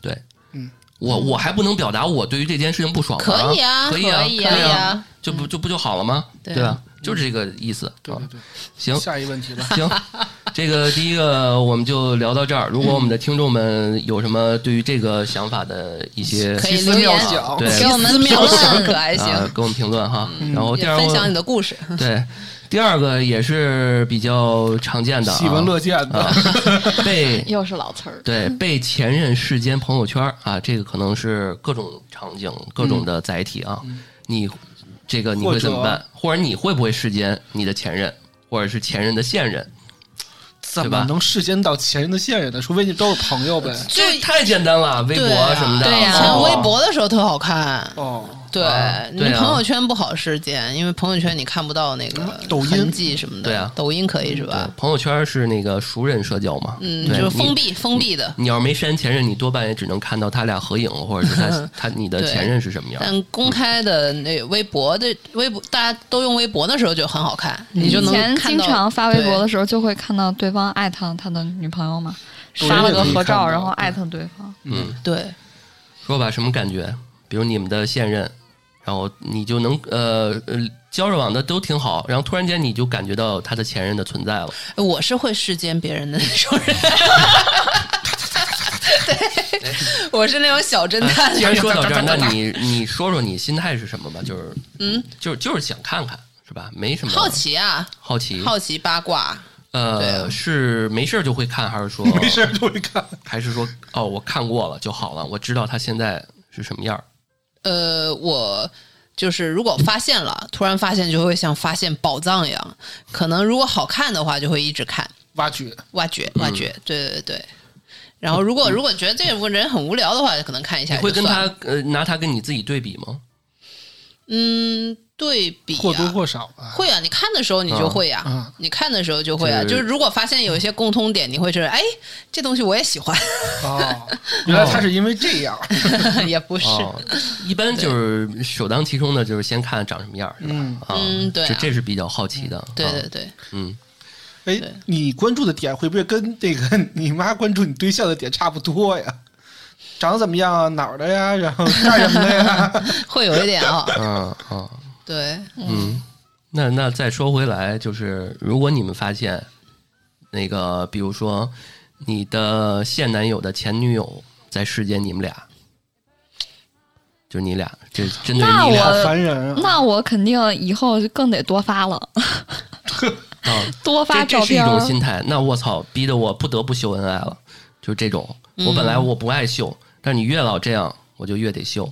Speaker 2: 对，
Speaker 3: 嗯，
Speaker 2: 我我还不能表达我对于这件事情不爽吗？
Speaker 4: 可以啊
Speaker 2: 可以啊，
Speaker 5: 可以
Speaker 2: 对
Speaker 5: 啊可以
Speaker 2: 啊
Speaker 4: 啊，
Speaker 2: 就不就不就好了吗？
Speaker 4: 对啊
Speaker 2: 对吧？就是这个意思。
Speaker 3: 对
Speaker 2: 啊
Speaker 3: 对对，
Speaker 2: 行，
Speaker 3: 下一个问题吧。
Speaker 2: 行，这个第一个我们就聊到这儿。如果我们的听众们有什么对于这个想法的一些
Speaker 4: 可
Speaker 3: 奇
Speaker 4: 以
Speaker 3: 思
Speaker 4: 留言
Speaker 3: 妙想，
Speaker 2: 对
Speaker 4: 给我们评论可还行，
Speaker 2: 啊，给我们评论哈。然后
Speaker 4: 嗯也
Speaker 2: 第二
Speaker 4: 分享你
Speaker 2: 个
Speaker 4: 的故事。
Speaker 2: 对，第二个也是比较常见的、啊，
Speaker 3: 喜闻乐见的
Speaker 2: 啊， 被
Speaker 5: 又是老词儿。
Speaker 2: 对，被前任世间朋友圈儿啊，这个可能是各种场景、各种
Speaker 4: 嗯
Speaker 2: 的载体啊。你这个你会怎么办？或者你会不会世间你的前任，或者是前任的现任？
Speaker 3: 怎
Speaker 2: 对吧
Speaker 3: 么能世间到前任的现任呢？除非你都是朋友呗。
Speaker 2: 这太简单了，微博
Speaker 4: 对啊
Speaker 2: 什么的，
Speaker 5: 对呀
Speaker 4: 前
Speaker 2: 哦
Speaker 4: 微博的时候特好看，
Speaker 3: 哦，
Speaker 4: 对
Speaker 2: 啊，
Speaker 4: 你
Speaker 2: 对啊
Speaker 4: 朋友圈不好事件，因为朋友圈你看不到那个
Speaker 3: 嗯抖音
Speaker 4: 痕迹什么的，
Speaker 2: 对啊
Speaker 4: 抖音可以是
Speaker 2: 对
Speaker 4: 吧？
Speaker 2: 朋友圈是那个熟人社交嘛，
Speaker 4: 嗯，
Speaker 2: 对
Speaker 4: 就是封。
Speaker 2: 你
Speaker 4: 闭封闭的。
Speaker 2: 你要是没删前任，你多半也只能看到他俩合影，或者是 他他你的
Speaker 4: 对
Speaker 2: 前任是什么样。
Speaker 4: 但公开的那微博的微博，大家都用微博的时候就很好看，你就
Speaker 5: 以
Speaker 4: 能
Speaker 5: 前
Speaker 4: 看
Speaker 5: 经
Speaker 4: 到
Speaker 5: 常发微博的
Speaker 4: 对
Speaker 5: 时候，就会看到对方艾特他的女朋友嘛，
Speaker 3: 抖音
Speaker 5: 发了
Speaker 3: 也
Speaker 5: 个
Speaker 3: 可以
Speaker 5: 合
Speaker 3: 看
Speaker 5: 照，
Speaker 3: 到
Speaker 5: 然后
Speaker 3: 对
Speaker 5: 艾特对方。
Speaker 2: 嗯，
Speaker 4: 对
Speaker 2: 说吧，什么感觉？比如你们的现任，然后你就能呃呃交着往的都挺好，然后突然间你就感觉到他的前任的存在 了。
Speaker 4: 我是会世间别人的那种 人。对，我是那种小侦探。
Speaker 2: 啊既然哎说到这 儿，那你你说说你心态是什么吧？就是
Speaker 4: 嗯，
Speaker 2: 就是就是想看看是吧？没什么
Speaker 4: 好奇啊，
Speaker 2: 好奇
Speaker 4: 好奇八卦，对
Speaker 2: 呃
Speaker 4: 啊
Speaker 2: 是没事儿就会看，还是说
Speaker 3: 没事儿就会看。
Speaker 2: 还是说哦我看过了就好了，我知道他现在是什么样儿。
Speaker 4: 呃，我就是如果发现了，突然发现就会像发现宝藏一样。可能如果好看的话，就会一直看，
Speaker 3: 挖掘，
Speaker 4: 挖掘，
Speaker 2: 嗯
Speaker 4: 挖掘。对对对。然后，如果如果觉得这个人很无聊的话，可能看一下
Speaker 2: 你
Speaker 4: 就
Speaker 2: 会跟
Speaker 4: 算
Speaker 2: 他
Speaker 4: 了
Speaker 2: 呃拿他跟你自己对比吗？
Speaker 4: 嗯对比、啊、
Speaker 3: 或多或少吧。
Speaker 4: 会啊，你看的时候你就会呀、
Speaker 2: 啊
Speaker 3: 嗯嗯
Speaker 4: 你看的时候就会啊。
Speaker 2: 就是
Speaker 4: 就是如果发现有一些共通点，你会觉得哎，这东西我也 喜欢，
Speaker 3: 哦，原来他是因为这样。
Speaker 4: 也不是，
Speaker 2: 哦，一般就是首当其冲的，就是先看长什么样儿，是吧？
Speaker 3: 嗯，
Speaker 2: 啊，
Speaker 4: 嗯对啊
Speaker 2: 这这是比较好奇的。
Speaker 4: 对
Speaker 2: 啊
Speaker 4: 对，对，
Speaker 2: 嗯，
Speaker 3: 哎，你关注的点会不会跟那个 你妈关注你对象的点差不多呀？长得怎么样啊？哪儿的呀？然后干什么的呀？
Speaker 4: 会有一点啊、
Speaker 2: 嗯嗯
Speaker 4: 对，
Speaker 2: 嗯。那那再说回来，就是如果你们发现那个，比如说你的现男友的前女友在世间，你们俩，就你俩，这针对
Speaker 5: 那
Speaker 2: 你俩
Speaker 5: 我
Speaker 3: 好烦人啊！
Speaker 5: 那我肯定以后就更得 多发了，
Speaker 2: 啊，
Speaker 5: 多发
Speaker 2: 这
Speaker 5: 照
Speaker 2: 这是一
Speaker 5: 片儿。
Speaker 2: 种心态。那我操，逼得我不得不秀恩爱了，就这种。我本来
Speaker 4: 嗯
Speaker 2: 我不爱秀，但你越老这样，我就越得秀。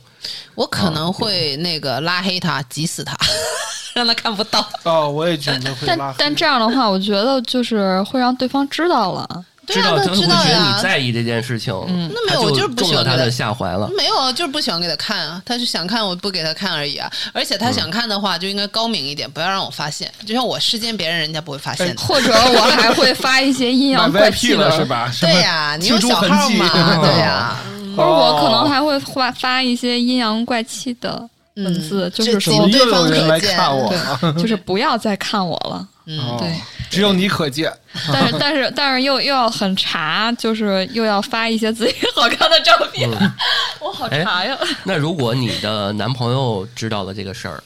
Speaker 4: 我
Speaker 2: 啊
Speaker 4: 可能会那个拉黑他，急死他， 让他看不到。
Speaker 3: 哦，我也觉得会拉
Speaker 5: 但
Speaker 3: 黑
Speaker 5: 但这样的话，我觉得就是会让对方知道了。
Speaker 4: 对
Speaker 2: 知
Speaker 4: 啊，
Speaker 2: 道
Speaker 4: 他
Speaker 2: 他会
Speaker 4: 知
Speaker 2: 觉
Speaker 4: 道
Speaker 2: 得你
Speaker 4: 呀。嗯
Speaker 2: 在意这件事情，
Speaker 4: 那没
Speaker 2: 他
Speaker 4: 有我
Speaker 2: 就
Speaker 4: 就是不
Speaker 2: 中
Speaker 4: 喜
Speaker 2: 了
Speaker 4: 欢
Speaker 2: 他
Speaker 4: 给
Speaker 2: 的
Speaker 4: 他
Speaker 2: 下怀 了。
Speaker 4: 没有啊，就是不喜欢给他看啊，他就想看，我不给他看而已啊。而且
Speaker 2: 嗯
Speaker 4: 他想看的话，就应该高明一点，不要让我发现。就像我世间别人，人家不会发
Speaker 2: 哎
Speaker 4: 现的。
Speaker 5: 或者我还会发一些阴阳怪
Speaker 3: 买
Speaker 5: 气
Speaker 3: VIP
Speaker 5: 的
Speaker 3: 了是？吧？什么
Speaker 4: 对呀、你有
Speaker 3: 清除
Speaker 4: 小
Speaker 3: 痕
Speaker 4: 号
Speaker 3: 迹 哦
Speaker 4: 嘛？对呀、
Speaker 2: 啊
Speaker 5: 或者我可能还会发发一些阴阳怪气的文字，就
Speaker 4: 这
Speaker 5: 是
Speaker 3: 怎么
Speaker 5: 说
Speaker 4: 仅，
Speaker 3: 又
Speaker 4: 对方
Speaker 3: 有
Speaker 4: 可
Speaker 3: 人来
Speaker 4: 见
Speaker 3: 看我了？
Speaker 5: 对，就是不要再看我 了。
Speaker 3: 哦
Speaker 5: 对，
Speaker 3: 只有你可见。
Speaker 5: 但是但是但是又又要很查，就是又要发一些自己好看的照片，
Speaker 2: 嗯
Speaker 5: 我好
Speaker 2: 哎
Speaker 5: 查呀。
Speaker 2: 那如果你的男朋友知道了这个事儿，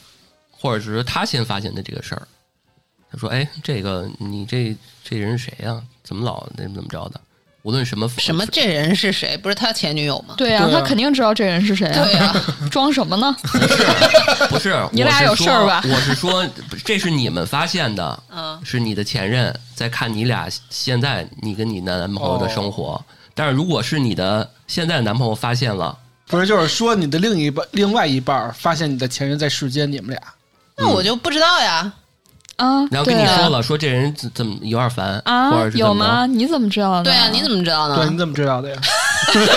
Speaker 2: 或者是他先发现的这个事儿，他说：“哎，这个你这这人是谁呀、怎么老那怎么着的？无论什么
Speaker 4: 什么这人是谁？不是他前女友吗？
Speaker 5: 对呀、
Speaker 3: 对啊
Speaker 5: 他肯定知道这人是谁啊，
Speaker 4: 对呀、
Speaker 5: 装什么呢？
Speaker 2: 不是，
Speaker 5: 你
Speaker 2: 我
Speaker 5: 俩
Speaker 2: 是
Speaker 5: 有
Speaker 2: 说
Speaker 5: 事儿吧
Speaker 2: 我是说，这是你们发现的，
Speaker 4: 嗯，
Speaker 2: 是你的前任在看你俩现在你跟你男朋友的生活。
Speaker 5: 哦
Speaker 2: 但是如果是你的现在的男朋友发现了，
Speaker 3: 不是，就是说你的另一半、另外一半儿发现你的前任在世间，你们俩
Speaker 4: 那我就不知道呀。
Speaker 5: 啊，
Speaker 2: 然后
Speaker 5: 对
Speaker 2: 跟你
Speaker 5: 啊
Speaker 2: 说了，说这人怎怎么有点烦或
Speaker 5: 啊
Speaker 2: 者，是
Speaker 5: 有
Speaker 2: 怎么着
Speaker 5: 吗？啊你怎么知道的？
Speaker 4: 对呀、啊你怎么知道
Speaker 3: 对，你
Speaker 4: 呢？
Speaker 3: 怎么知道的呀？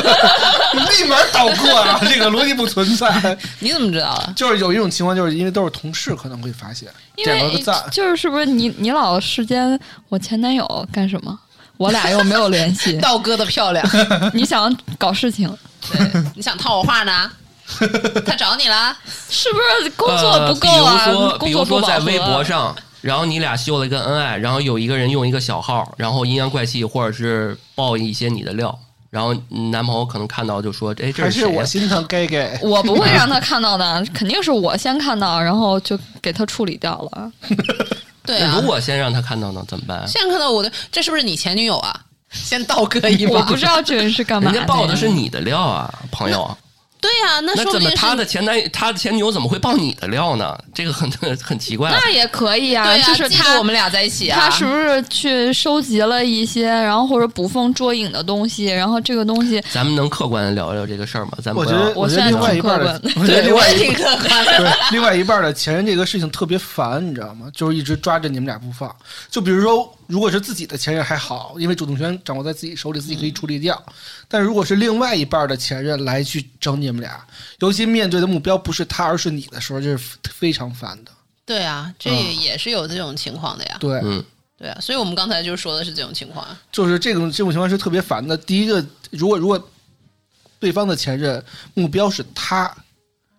Speaker 3: 立马倒过啊！这个逻辑不存在。
Speaker 4: 你怎么知道啊的？，
Speaker 3: 就是有一种情况，就是因为都是同事，可能会发现
Speaker 5: 因
Speaker 3: 点了
Speaker 5: 为
Speaker 3: 个赞。
Speaker 5: 就是是不是你你老世间我前男友干什么？我俩又没有联系
Speaker 4: 道哥的漂亮，
Speaker 5: 你想搞事情
Speaker 4: 对，你想套我话呢？他找你了？
Speaker 5: 是不是工作不够啊？
Speaker 2: 呃、比如说，比
Speaker 5: 工
Speaker 2: 如
Speaker 5: 作不
Speaker 2: 说
Speaker 5: 饱
Speaker 2: 在
Speaker 5: 和。
Speaker 2: 微博上，然后你俩秀了一个恩爱，然后有一个人用一个小号，然后阴阳怪气，或者是爆一些你的料，然后男朋友可能看到就说：“哎，这
Speaker 3: 还
Speaker 2: 是
Speaker 3: 是
Speaker 2: 谁呀
Speaker 3: 我心疼 gay gay，
Speaker 5: 我不会让他看到的，肯定是我先看到，然后就给他处理掉了。
Speaker 4: 对
Speaker 2: 那
Speaker 4: 啊
Speaker 2: 哎如，果先让他看到呢，怎么办啊？
Speaker 4: 现在看到我的，这是不是你前女友啊？先倒戈一把，
Speaker 5: 我不知道这人是干嘛
Speaker 2: 人家
Speaker 5: 的呀。
Speaker 2: 报的是你的料啊，朋友。
Speaker 4: 对呀、那
Speaker 2: 那
Speaker 4: 说不
Speaker 2: 怎
Speaker 4: 定
Speaker 2: 么
Speaker 4: 是
Speaker 2: 他的前男他的前女友怎么会报你的料呢？这个很 很奇怪啊。
Speaker 5: 那也可以啊，
Speaker 4: 对呀、
Speaker 5: 就是
Speaker 4: 记得
Speaker 5: 他
Speaker 4: 我们俩在一起啊，
Speaker 5: 他是不是去收集了一些，然后或者捕风捉影的东西，然后这个东西
Speaker 2: 咱们能客观的聊聊这个事儿吗？咱们
Speaker 3: 我
Speaker 2: 不
Speaker 3: 觉
Speaker 2: 要
Speaker 3: 得
Speaker 5: 我
Speaker 3: 觉
Speaker 5: 现
Speaker 3: 得
Speaker 5: 在
Speaker 3: 另外一
Speaker 5: 挺
Speaker 3: 半
Speaker 5: 客
Speaker 3: 的
Speaker 5: 观，
Speaker 3: 我觉得
Speaker 4: 对
Speaker 3: 另
Speaker 4: 我
Speaker 3: 外
Speaker 4: 也
Speaker 3: 一
Speaker 4: 挺客观的。
Speaker 3: 对，另外一半的前任这个事情特别烦，你知道吗？就是一直抓着你们俩不放。就比如说，如果是自己的前任还好，因为主动权掌握在自己手里，自己可以处理掉。但如果是另外一半的前任来去整你们俩，尤其面对的目标不是他，而是你的时候，这是非常烦的。
Speaker 4: 对啊，这也是有这种情况的呀。
Speaker 3: 对，
Speaker 2: 嗯，
Speaker 4: 对啊，所以我们刚才就说的是这种情况啊。
Speaker 3: 就是这种这种情况是特别烦的。第一个，如果如果对方的前任目标是他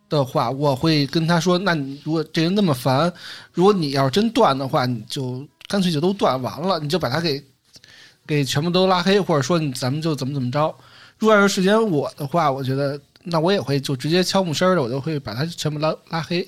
Speaker 3: 的话，我会跟他说：“那你如果这人那么烦，如果你要是真断的话，你就干脆就都断完了，你就把他给给全部都拉黑，或者说你咱们就怎么怎么着。”如果要是时间我的话，我觉得那我也会就直接敲木声儿的，我就会把他全部拉拉黑。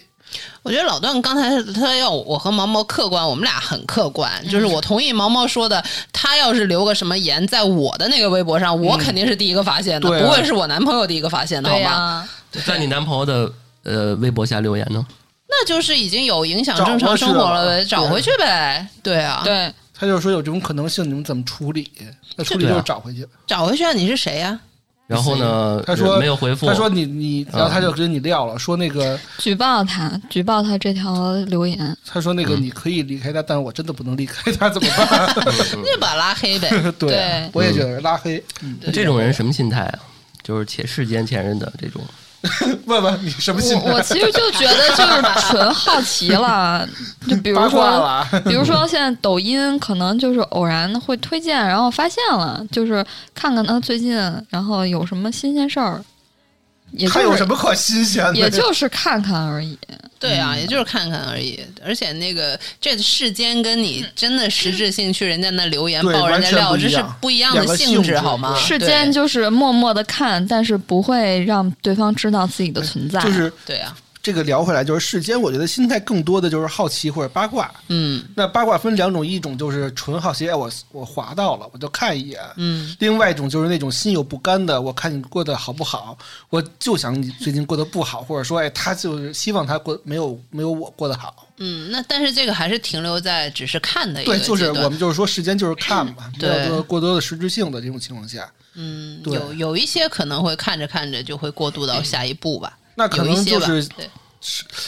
Speaker 4: 我觉得老段刚才他要我和毛毛客观，我们俩很客观，就是我同意毛毛说的，他要是留个什么言在我的那个微博上，我肯定是第一个发现的，
Speaker 3: 对啊
Speaker 4: 不会是我男朋友第一个发现的，好
Speaker 5: 对啊呀、
Speaker 4: 吗？
Speaker 2: 在你男朋友的呃微博下留言呢？
Speaker 4: 那就是已经有影响正常生活了呗，
Speaker 3: 找
Speaker 4: 找
Speaker 3: 回
Speaker 4: 回
Speaker 3: 去
Speaker 4: 去呗。对啊，
Speaker 5: 对，
Speaker 3: 他就是说有这种可能性，你们怎么处理？那处理
Speaker 2: 对啊
Speaker 3: 就是找回去。
Speaker 4: 找回去啊！你是谁呀、
Speaker 2: 然后呢，
Speaker 3: 他说
Speaker 2: 没有回复。
Speaker 3: 他说你你，然后
Speaker 2: 嗯
Speaker 3: 他就跟你撂了，说那个
Speaker 5: 举报他，举报他这条留言，
Speaker 3: 他说那个你可以离开他，但我真的不能离开 他，怎么办？
Speaker 4: 那就把他拉 黑呗。
Speaker 5: 对
Speaker 3: 我也觉得拉黑。嗯
Speaker 2: 这种人什么心态啊？就是前世间前任的这种，
Speaker 3: 问问你什么心
Speaker 5: 我
Speaker 3: 态？
Speaker 5: 我其实就觉得就是纯好奇了，就比如
Speaker 3: 八
Speaker 5: 说
Speaker 3: 卦了啊，
Speaker 5: 比如说，现在抖音可能就是偶然会推荐，然后发现了，就是看看他最近，然后有什么新鲜事儿，也
Speaker 3: 他
Speaker 5: 就
Speaker 3: 有
Speaker 5: 是
Speaker 3: 什么可新鲜的？
Speaker 5: 也就是看看而已。
Speaker 4: 对啊，也就是看看而已。而且那个这世间跟你真的实质性去人家那留言
Speaker 3: 对
Speaker 4: 爆人家料，
Speaker 3: 完全
Speaker 4: 这
Speaker 3: 不一样
Speaker 4: 是不
Speaker 3: 两
Speaker 4: 一样的
Speaker 3: 个性
Speaker 4: 性
Speaker 3: 质
Speaker 4: 质，好吗？
Speaker 5: 世
Speaker 4: 对
Speaker 5: 间就是默默的看，但是不会让对方知道自己的存在。
Speaker 3: 就是
Speaker 4: 对啊，
Speaker 3: 这个聊回来，就是世间，我觉得心态更多的就是好奇或者八卦。
Speaker 4: 嗯
Speaker 3: 那八卦分两种，一种就是纯好奇，哎，我我滑到了，我就看一眼。
Speaker 4: 嗯，
Speaker 3: 另外一种就是那种心有不甘的，我看你过得好不好，我就想你最近过得不好，或者说，哎，他就是希望他过没有没有我过得好。
Speaker 4: 嗯，那但是这个还是停留在只是看的一个
Speaker 3: 对，就是
Speaker 4: 阶段
Speaker 3: 我们就是说时间就是看嘛，没
Speaker 4: 对
Speaker 3: 有多过多的实质性的这种情况下，
Speaker 4: 嗯，
Speaker 3: 对
Speaker 4: 有有一些可能会看着看着就会过渡到下一步吧，
Speaker 3: 那可
Speaker 4: 有一
Speaker 3: 能
Speaker 4: 些
Speaker 3: 就
Speaker 4: 吧。
Speaker 3: 是
Speaker 4: 对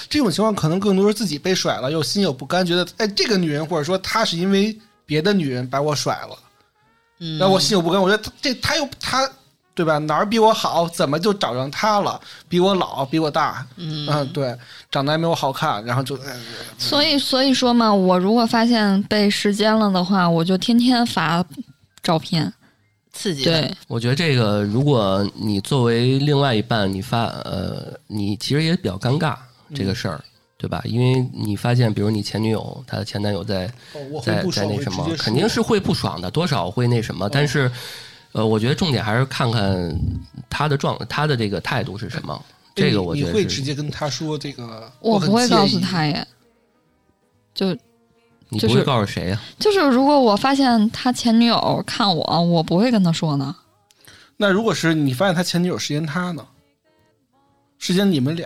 Speaker 3: 这种情况，可能更多是自己被甩了，又心有不甘，觉得哎，这个女人或者说她是因为别的女人把我甩了，
Speaker 4: 嗯，
Speaker 3: 那我心有不甘，我觉得她这她又她对吧，哪儿比我好，怎么就找上她了？比我老，比我大，嗯对，长得还没我好看，然后就、哎、
Speaker 5: 所以，所以说嘛，我如果发现被世间了的话，我就天天发照片。
Speaker 4: 刺激的
Speaker 5: 对，
Speaker 2: 我觉得这个，如果你作为另外一半，你发呃，你其实也比较尴尬这
Speaker 4: 嗯
Speaker 2: 个事儿，对吧？因为你发现，比如你前女友，她的前男友在
Speaker 3: 哦我会
Speaker 2: 在
Speaker 3: 不
Speaker 2: 在
Speaker 3: 爽，我
Speaker 2: 那
Speaker 3: 会
Speaker 2: 什
Speaker 3: 直
Speaker 2: 么
Speaker 3: 接，哦
Speaker 2: 肯定是会不爽的，多少会那什么。但是，呃，我觉得重点还是看看他的状，他的这个态度是什么。这个我
Speaker 3: 哎你
Speaker 2: 觉得
Speaker 3: 你会
Speaker 2: 是
Speaker 3: 直接跟她说这个，
Speaker 5: 我
Speaker 3: 很
Speaker 5: 不会
Speaker 3: 介
Speaker 5: 告诉
Speaker 3: 意
Speaker 5: 他耶。就
Speaker 2: 你
Speaker 5: 就
Speaker 2: 不会
Speaker 5: 是
Speaker 2: 告诉谁啊呀、
Speaker 5: 就是，如果我发现他前女友看我，我不会跟他说呢。
Speaker 3: 那如果是你发现他前女友时间他呢？时间你们俩，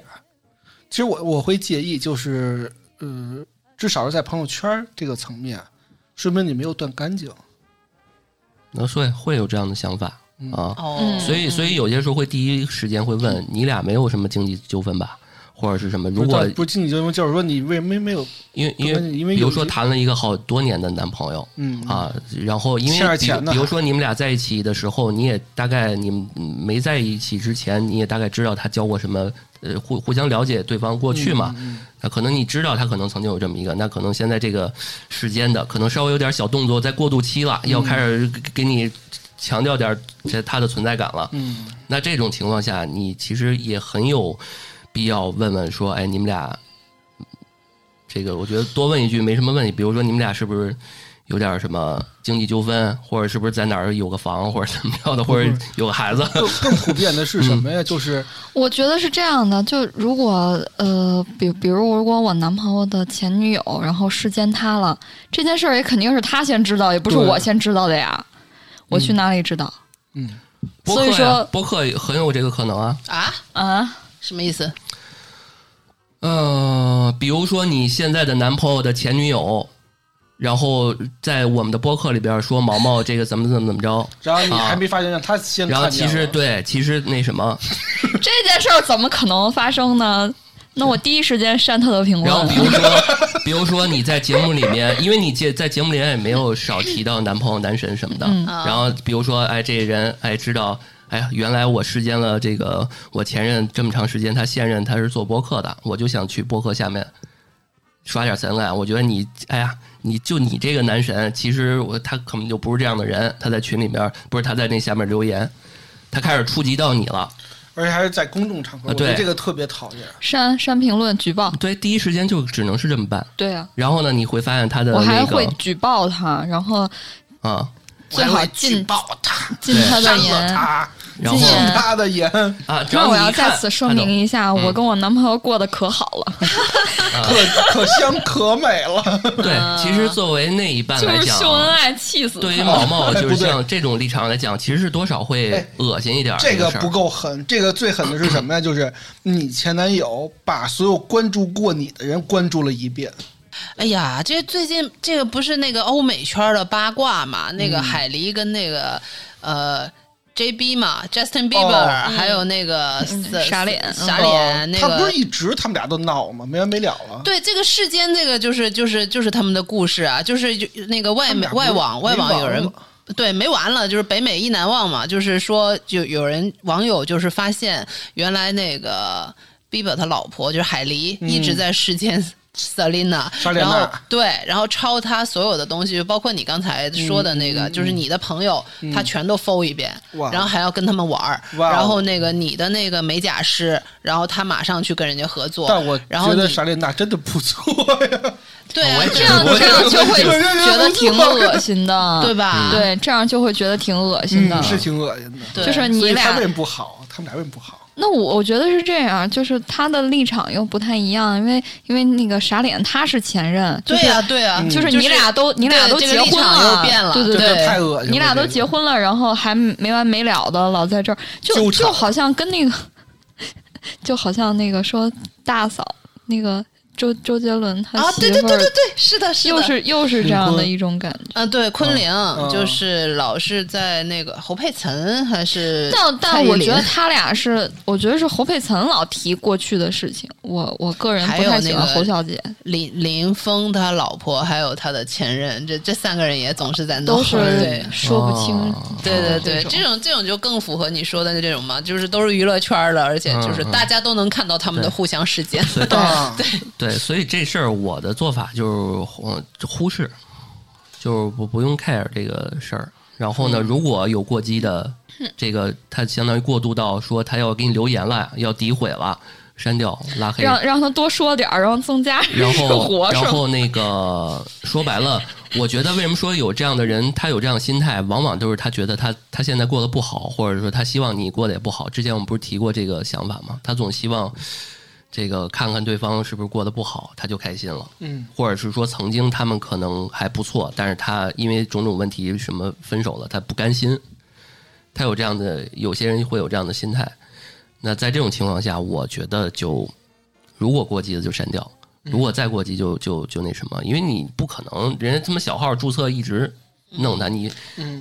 Speaker 3: 其实我我会介意，就是呃，至少是在朋友圈这个层面，说明你没有断干净。
Speaker 2: 那所以会有这样的想法
Speaker 3: 嗯
Speaker 2: 啊。
Speaker 4: 哦，
Speaker 5: 嗯
Speaker 2: 所以，所以有些时候会第一时间会问你俩没有什么经济纠纷吧，或者是什么？如
Speaker 3: 不
Speaker 2: 果
Speaker 3: 是不经济纠纷，就是说你为什么没有
Speaker 2: 因为因
Speaker 3: 不是因为
Speaker 2: 为比
Speaker 3: 有
Speaker 2: 如
Speaker 3: 一
Speaker 2: 说谈了一个好多年的男朋友
Speaker 3: 嗯
Speaker 2: 啊，然后因
Speaker 3: 欠着
Speaker 2: 为比如
Speaker 3: 钱呢
Speaker 2: 比如说你们俩在一起的时候，你也大概你们嗯没在一起之前，你也大概知道他交过什么，呃，互互相了解对方过去嘛。
Speaker 3: 嗯
Speaker 2: 那可能你知道他可能曾经有这么一个，那可能现在这个时间的可能稍微有点小动作，在过渡期了，
Speaker 3: 嗯
Speaker 2: 要开始给给你强调点这他的存在感了。
Speaker 3: 嗯
Speaker 2: 那这种情况下，你其实也很有必要问问说，哎，你们俩这个，我觉得多问一句没什么问题。比如说，你们俩是不是有点什么经济纠纷，或者是不是在哪儿有个房，或者怎么着的，或者有个孩子，
Speaker 3: 更更普遍的是什么呀？
Speaker 2: 嗯
Speaker 3: 就是
Speaker 5: 我觉得是这样的，就如果呃，比比如如果我男朋友的前女友然后视奸他了，这件事儿也肯定是他先知道，也不是
Speaker 3: 对
Speaker 5: 我先知道的呀。我去哪里知道？
Speaker 3: 嗯，
Speaker 2: 播
Speaker 5: 所以
Speaker 2: 客呀
Speaker 5: 说，
Speaker 2: 播客很有这个可能啊。
Speaker 4: 啊，
Speaker 5: 啊，
Speaker 4: 什么意思？
Speaker 2: 呃，比如说你现在的男朋友的前女友，然后在我们的播客里边说毛毛这个怎么怎么怎么着，
Speaker 3: 然后你
Speaker 2: 啊
Speaker 3: 还没发现，让他先看
Speaker 2: 然后
Speaker 3: 见了。
Speaker 2: 其实对，其实那什么，
Speaker 5: 这件事儿怎么可能发生呢？那我第一时间删他的评
Speaker 2: 然后比如
Speaker 5: 论。
Speaker 2: 说，比如说你在节目里面，因为你在在节目里面也没有少提到男朋友、男神什么的。
Speaker 5: 嗯
Speaker 4: 啊
Speaker 2: 然后比如说，哎，这人哎知道，哎呀，原来我视奸了这个我前任这么长时间，他现任他是做播客的，我就想去播客下面刷点存在感。我觉得你，哎呀，你就你这个男神，其实我他可能就不是这样的人。他在群里面不是他在那下面留言，他开始触及到你了。
Speaker 3: 而且还是在公众场
Speaker 2: 啊
Speaker 3: 合，我觉得
Speaker 2: 对
Speaker 3: 这个特别讨厌。
Speaker 5: 删删评论举报，
Speaker 2: 对，第一时间就只能是这么办。
Speaker 5: 对啊，
Speaker 2: 然后呢，你会发现他的
Speaker 5: 我还
Speaker 2: 那个
Speaker 5: 会举报他，然后
Speaker 2: 啊。
Speaker 5: 最好进
Speaker 3: 爆他，
Speaker 5: 进他的言。
Speaker 3: 他，
Speaker 2: 然后
Speaker 5: 禁言
Speaker 3: 进他的言，
Speaker 2: 啊，然
Speaker 5: 那
Speaker 2: 后
Speaker 5: 我
Speaker 2: 你
Speaker 5: 要
Speaker 2: 一看
Speaker 5: 在此说明一下，我
Speaker 4: 嗯
Speaker 5: 跟我男朋友过得可好了，
Speaker 3: 可可香可美了。
Speaker 2: 他 懂啊对，其实作为那一半
Speaker 5: 就
Speaker 2: 来
Speaker 5: 是啊
Speaker 2: 讲
Speaker 5: 秀，恩爱气死
Speaker 2: 对于
Speaker 5: 他
Speaker 2: 毛毛，就
Speaker 3: 不
Speaker 2: 是
Speaker 3: 对
Speaker 2: 像这种立场来讲，其实是多少会
Speaker 3: 哎
Speaker 2: 恶心一点儿
Speaker 3: 这
Speaker 2: 个
Speaker 3: 个
Speaker 2: 事儿
Speaker 3: 不够狠，这个最狠的是什么呀？就是你前男友把所有关注过你的人关注了一遍，
Speaker 4: 哎呀，这最近这个不是那个欧美圈的八卦嘛？那个海狸跟那个呃 JB 嘛，Justin Bieber，、
Speaker 3: 嗯哦
Speaker 4: 还有那个
Speaker 5: 嗯
Speaker 4: 死
Speaker 5: 傻脸
Speaker 4: 傻脸、那
Speaker 3: 呃他不
Speaker 4: 个
Speaker 3: 是。一直他们俩都闹吗？没完没了了。
Speaker 4: 对这个世间，这个就是就是就是他们的故事啊，就是就那个外
Speaker 3: 他们俩不是
Speaker 4: 外网外网有人
Speaker 3: 没完了
Speaker 4: 对，没完了，就是北美意难忘嘛，就是说，就有人网友就是发现，原来那个 Bieber 他老婆就是海狸、
Speaker 3: 嗯
Speaker 4: 一直在视奸 Selina，
Speaker 3: 莎莲
Speaker 4: 然后
Speaker 3: 娜
Speaker 4: 对，然后抄他所有的东西，包括你刚才说的那个，就是你的朋友、他全都搜一遍，
Speaker 3: 嗯哇
Speaker 4: 然后还要跟他们玩儿，
Speaker 3: 哇哦
Speaker 4: 然后那个你的那个美甲师，然后他马上去跟人家合作，
Speaker 3: 但我
Speaker 4: 然后
Speaker 3: 觉得
Speaker 4: 你
Speaker 3: 莎莲娜真的不错 呀，
Speaker 4: 对啊
Speaker 2: 我也
Speaker 4: 对
Speaker 5: 这
Speaker 2: 觉
Speaker 5: 样
Speaker 2: 得
Speaker 5: 这样就会觉得挺恶心的，
Speaker 4: 对吧？嗯
Speaker 5: 对，这样就会觉得挺恶心的。
Speaker 3: 嗯是挺恶心的。
Speaker 4: 对，
Speaker 5: 就是
Speaker 3: 所
Speaker 5: 你
Speaker 3: 以他
Speaker 5: 俩
Speaker 3: 为什么不好？他们俩为什么不好？
Speaker 5: 那我我觉得是这样，就是他的立场又不太一样，因为因为那个傻脸他是前任，就
Speaker 4: 对
Speaker 5: 是
Speaker 4: 呀、对呀、
Speaker 5: 就
Speaker 4: 就是是
Speaker 5: 你俩都你俩
Speaker 4: 对
Speaker 5: 都
Speaker 4: 这
Speaker 5: 结
Speaker 4: 个立
Speaker 5: 婚
Speaker 4: 场又变了
Speaker 5: 对
Speaker 3: 真的
Speaker 4: 对
Speaker 3: 太恶心了。
Speaker 5: 你俩都结
Speaker 3: 婚，
Speaker 5: 婚了，然后还没完没了的老在这儿，就
Speaker 3: 纠缠
Speaker 5: 就好像跟那个， 就好像那个说大嫂那个周周杰伦他
Speaker 4: 啊，
Speaker 5: 媳
Speaker 4: 对
Speaker 5: 妇
Speaker 4: 对对
Speaker 5: 儿
Speaker 4: 对对，是的，是的，
Speaker 5: 又是又是这样的一种感觉。
Speaker 4: 啊，对，昆凌、
Speaker 3: 嗯
Speaker 4: 就是老是在那个侯佩岑还是
Speaker 5: 但
Speaker 4: 蔡
Speaker 5: 但
Speaker 4: 依
Speaker 5: 我
Speaker 4: 林
Speaker 5: 觉得他俩是，我觉得是侯佩岑老提过去的事情，我我个人
Speaker 4: 还
Speaker 5: 不
Speaker 4: 有
Speaker 5: 太
Speaker 4: 那
Speaker 5: 喜欢
Speaker 4: 个
Speaker 5: 侯小姐，
Speaker 4: 林林峰他老婆还有他的前任，这这三个人也总是在弄
Speaker 5: 都是
Speaker 4: 对。
Speaker 5: 说不清。
Speaker 2: 哦
Speaker 4: 对对对，这
Speaker 5: 这种
Speaker 4: 种这种就更符合你说的这种嘛，就是都是娱乐圈的，而且就是
Speaker 2: 嗯嗯
Speaker 4: 大家都能看到他们的
Speaker 2: 对
Speaker 4: 互相事件。
Speaker 3: 啊、
Speaker 2: 对，所以这事儿我的做法就是忽忽视，就是不不用 care 这个事儿。然后
Speaker 5: 嗯
Speaker 2: 呢，如果有过激的，这个他相当于过渡到说他要给你留言了，要诋毁了，删掉拉黑，
Speaker 5: 让让他多说点儿，然后增加
Speaker 2: 然
Speaker 5: 生
Speaker 2: 后
Speaker 5: 活，是
Speaker 2: 然
Speaker 5: 吗？
Speaker 2: 后那个说白了，我觉得为什么说有这样的人，他有这样的心态，往往都是他觉得他他现在过得不好，或者说他希望你过得也不好。之前我们不是提过这个想法吗？他总希望这个看看对方是不是过得不好，他就开心了。
Speaker 3: 嗯，
Speaker 2: 或者是说曾经他们可能还不错，但是他因为种种问题什么分手了，他不甘心，他有这样的有些人会有这样的心态。那在这种情况下，我觉得就如果过激的就删掉，如果再过激就就就那什么，因为你不可能人家他妈小号注册一直弄他，
Speaker 5: 嗯
Speaker 2: 你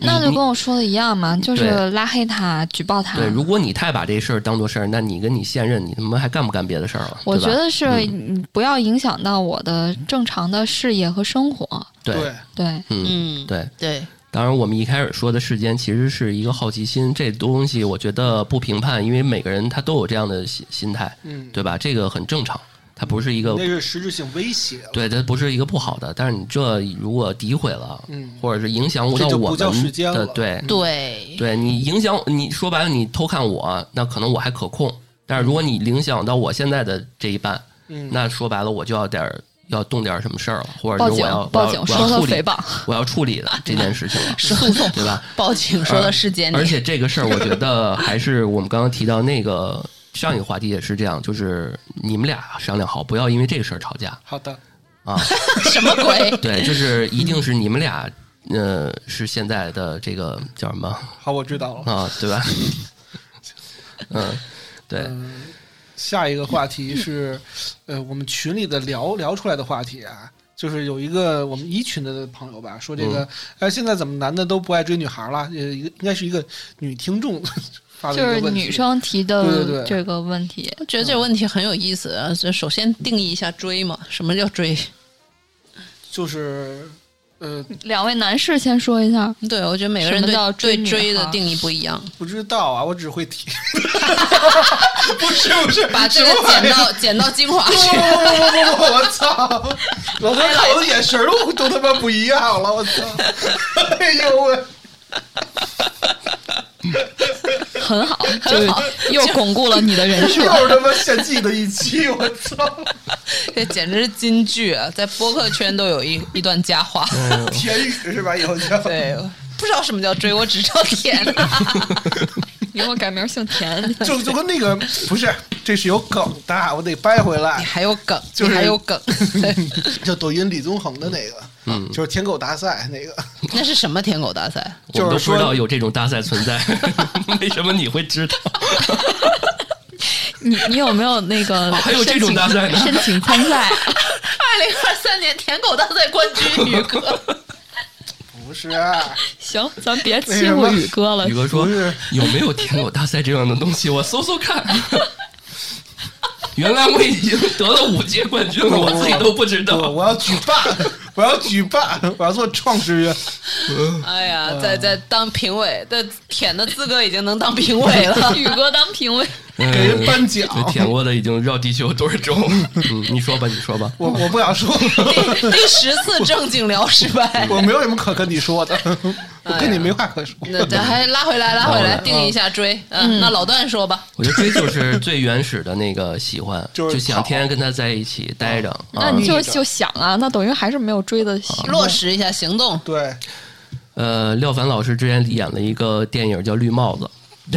Speaker 5: 那
Speaker 2: 你
Speaker 5: 就跟我说的一样嘛，就是
Speaker 2: 对
Speaker 5: 拉黑他，举报他。
Speaker 2: 对，如果你太把这事儿当做事儿，那你跟你现任你他妈还干不干别的事儿了？
Speaker 5: 我
Speaker 2: 对
Speaker 5: 觉
Speaker 2: 吧嗯
Speaker 5: 得是你不要影响到我的正常的事业和生活。
Speaker 2: 对，
Speaker 5: 对，
Speaker 2: 嗯，
Speaker 4: 嗯，
Speaker 2: 对。
Speaker 4: 对，
Speaker 2: 当然，我们一开始说的世间其实是一个好奇心，这东西我觉得不评判，因为每个人他都有这样的心心态，
Speaker 3: 嗯，
Speaker 2: 对吧？这个很正常，它不是一个
Speaker 3: 那是实质性威胁了。
Speaker 2: 对，它不是一个不好的。但是你这如果诋毁了，
Speaker 3: 嗯
Speaker 2: 或者是影响
Speaker 3: 这
Speaker 2: 到
Speaker 3: 就不
Speaker 2: 我
Speaker 3: 叫世
Speaker 2: 们
Speaker 3: 间
Speaker 2: 的
Speaker 3: 了，
Speaker 2: 对，
Speaker 4: 对，
Speaker 2: 对你影响你说白了，你偷看我，那可能我还可控。但是如果你影响到我现在的这一半，
Speaker 3: 嗯，
Speaker 2: 那说白了我就要点儿要动点什么事儿了，或者
Speaker 5: 报
Speaker 2: 是我
Speaker 5: 警
Speaker 2: 要
Speaker 5: 报警
Speaker 2: 我要
Speaker 5: 说
Speaker 2: 我要
Speaker 5: 他
Speaker 2: 处
Speaker 5: 诽
Speaker 2: 理
Speaker 5: 谤，
Speaker 2: 我要处理 的这件事情了，
Speaker 4: 诉讼
Speaker 2: 对吧？
Speaker 4: 报警说到世
Speaker 5: 哎
Speaker 4: 间
Speaker 2: 嗯而
Speaker 4: 里，
Speaker 2: 且这个事儿，我觉得还是我们刚刚提到那个上一个话题也是这样，就是你们俩商量好，不要因为这个事儿吵架
Speaker 3: 好的，
Speaker 2: 啊。
Speaker 4: 什么 鬼？
Speaker 2: 对，就是一定是你们俩，呃，是现在的这个叫什么
Speaker 3: 好，我知道了。
Speaker 2: 啊，对 吧？嗯，对，
Speaker 3: 下一个话题是，呃，我们群里的聊聊出来的话题啊，就是有一个我们一群的朋友吧，说这个，哎、现在怎么男的都不爱追女孩了？呃，一个应该是一个女听众 发的
Speaker 5: 就
Speaker 3: 一
Speaker 5: 是
Speaker 3: 个问题
Speaker 5: 女生提
Speaker 3: 对对
Speaker 5: 的
Speaker 3: 对
Speaker 5: 这个问题，
Speaker 4: 我觉得这个问题很有意思。啊，这首先定义一下追嘛，什么叫追？
Speaker 3: 就是，呃，
Speaker 5: 两位男士先说一 下，
Speaker 4: 对，我觉得每个人
Speaker 5: 什么
Speaker 4: 对
Speaker 5: 叫追
Speaker 4: 对
Speaker 5: 女
Speaker 4: 追的
Speaker 5: 孩
Speaker 4: 定义不一样。
Speaker 3: 不知道啊，我只会提，不是不是，
Speaker 4: 把这
Speaker 3: 什
Speaker 4: 个
Speaker 3: 么玩意
Speaker 4: 剪
Speaker 3: 儿
Speaker 4: 到剪到精 华
Speaker 3: 不不
Speaker 4: 去。
Speaker 3: 不不不！我操！老哥看我的眼神儿都都他妈不一样了！我操！哎呦喂！
Speaker 5: 很好，就是又巩固了你的人设
Speaker 3: 又。是他妈献祭的一期！我操！
Speaker 4: 这简直是金句啊，在播客圈都有一一段佳话。
Speaker 5: 嗯
Speaker 3: 田宇是吧？以后叫
Speaker 4: 对，不知道什么叫追，我只知道甜、啊
Speaker 5: 以后改名姓田，
Speaker 3: 就就跟那个不是，这是有梗的，我得掰回
Speaker 4: 你
Speaker 3: 来。
Speaker 4: 还有 梗，
Speaker 3: 就是
Speaker 4: 你还有梗，
Speaker 3: 就抖音李宗恒的那个，嗯，就是舔狗大赛那个，
Speaker 4: 那是什么舔狗大赛？
Speaker 2: 我们
Speaker 3: 就
Speaker 2: 都
Speaker 3: 是
Speaker 2: 不
Speaker 3: 说
Speaker 2: 知道有这种大赛存 在，为什么你会知道？
Speaker 5: 你你有没有那
Speaker 4: 哦
Speaker 5: 个
Speaker 2: 还有这种大赛呢
Speaker 5: 申请申请 参 赛？
Speaker 4: 二零二三年舔狗大赛冠军宇哥，
Speaker 3: 不是
Speaker 5: 行，咱别欺负宇哥了。
Speaker 2: 宇。哥说
Speaker 3: 不是
Speaker 2: 有没有舔狗大赛这样的东西？我 搜搜看。原来我已经得了五届冠军了，我自己都不知
Speaker 3: 哦我
Speaker 2: 道。
Speaker 3: 我要举办，我要举办，我要做创始人。
Speaker 4: 哎呀，在在当评委，但舔的资格已经能当评委了
Speaker 5: 宇哥当评委，
Speaker 2: 给
Speaker 3: 给人颁奖
Speaker 2: 舔过嗯的已经绕地球多少周？嗯，你说吧，你说吧。
Speaker 3: 我我不想说，
Speaker 4: 第第十次正经聊失 败，
Speaker 3: 我没有什么可跟你说的，我跟你没话可说。
Speaker 4: 那咱还拉回来，拉回来，
Speaker 2: 嗯
Speaker 4: 定义一下追。嗯，那老段说吧，
Speaker 2: 我觉得追就是最原始的那个喜欢，
Speaker 3: 就是哦
Speaker 2: 就想天天跟他在一起待着。
Speaker 5: 那
Speaker 2: 啊
Speaker 5: 你就就想啊，那等于还是没有追的行
Speaker 4: 落实一下行动。
Speaker 3: 对，
Speaker 2: 呃，廖凡老师之前演了一个电影叫《绿帽子》，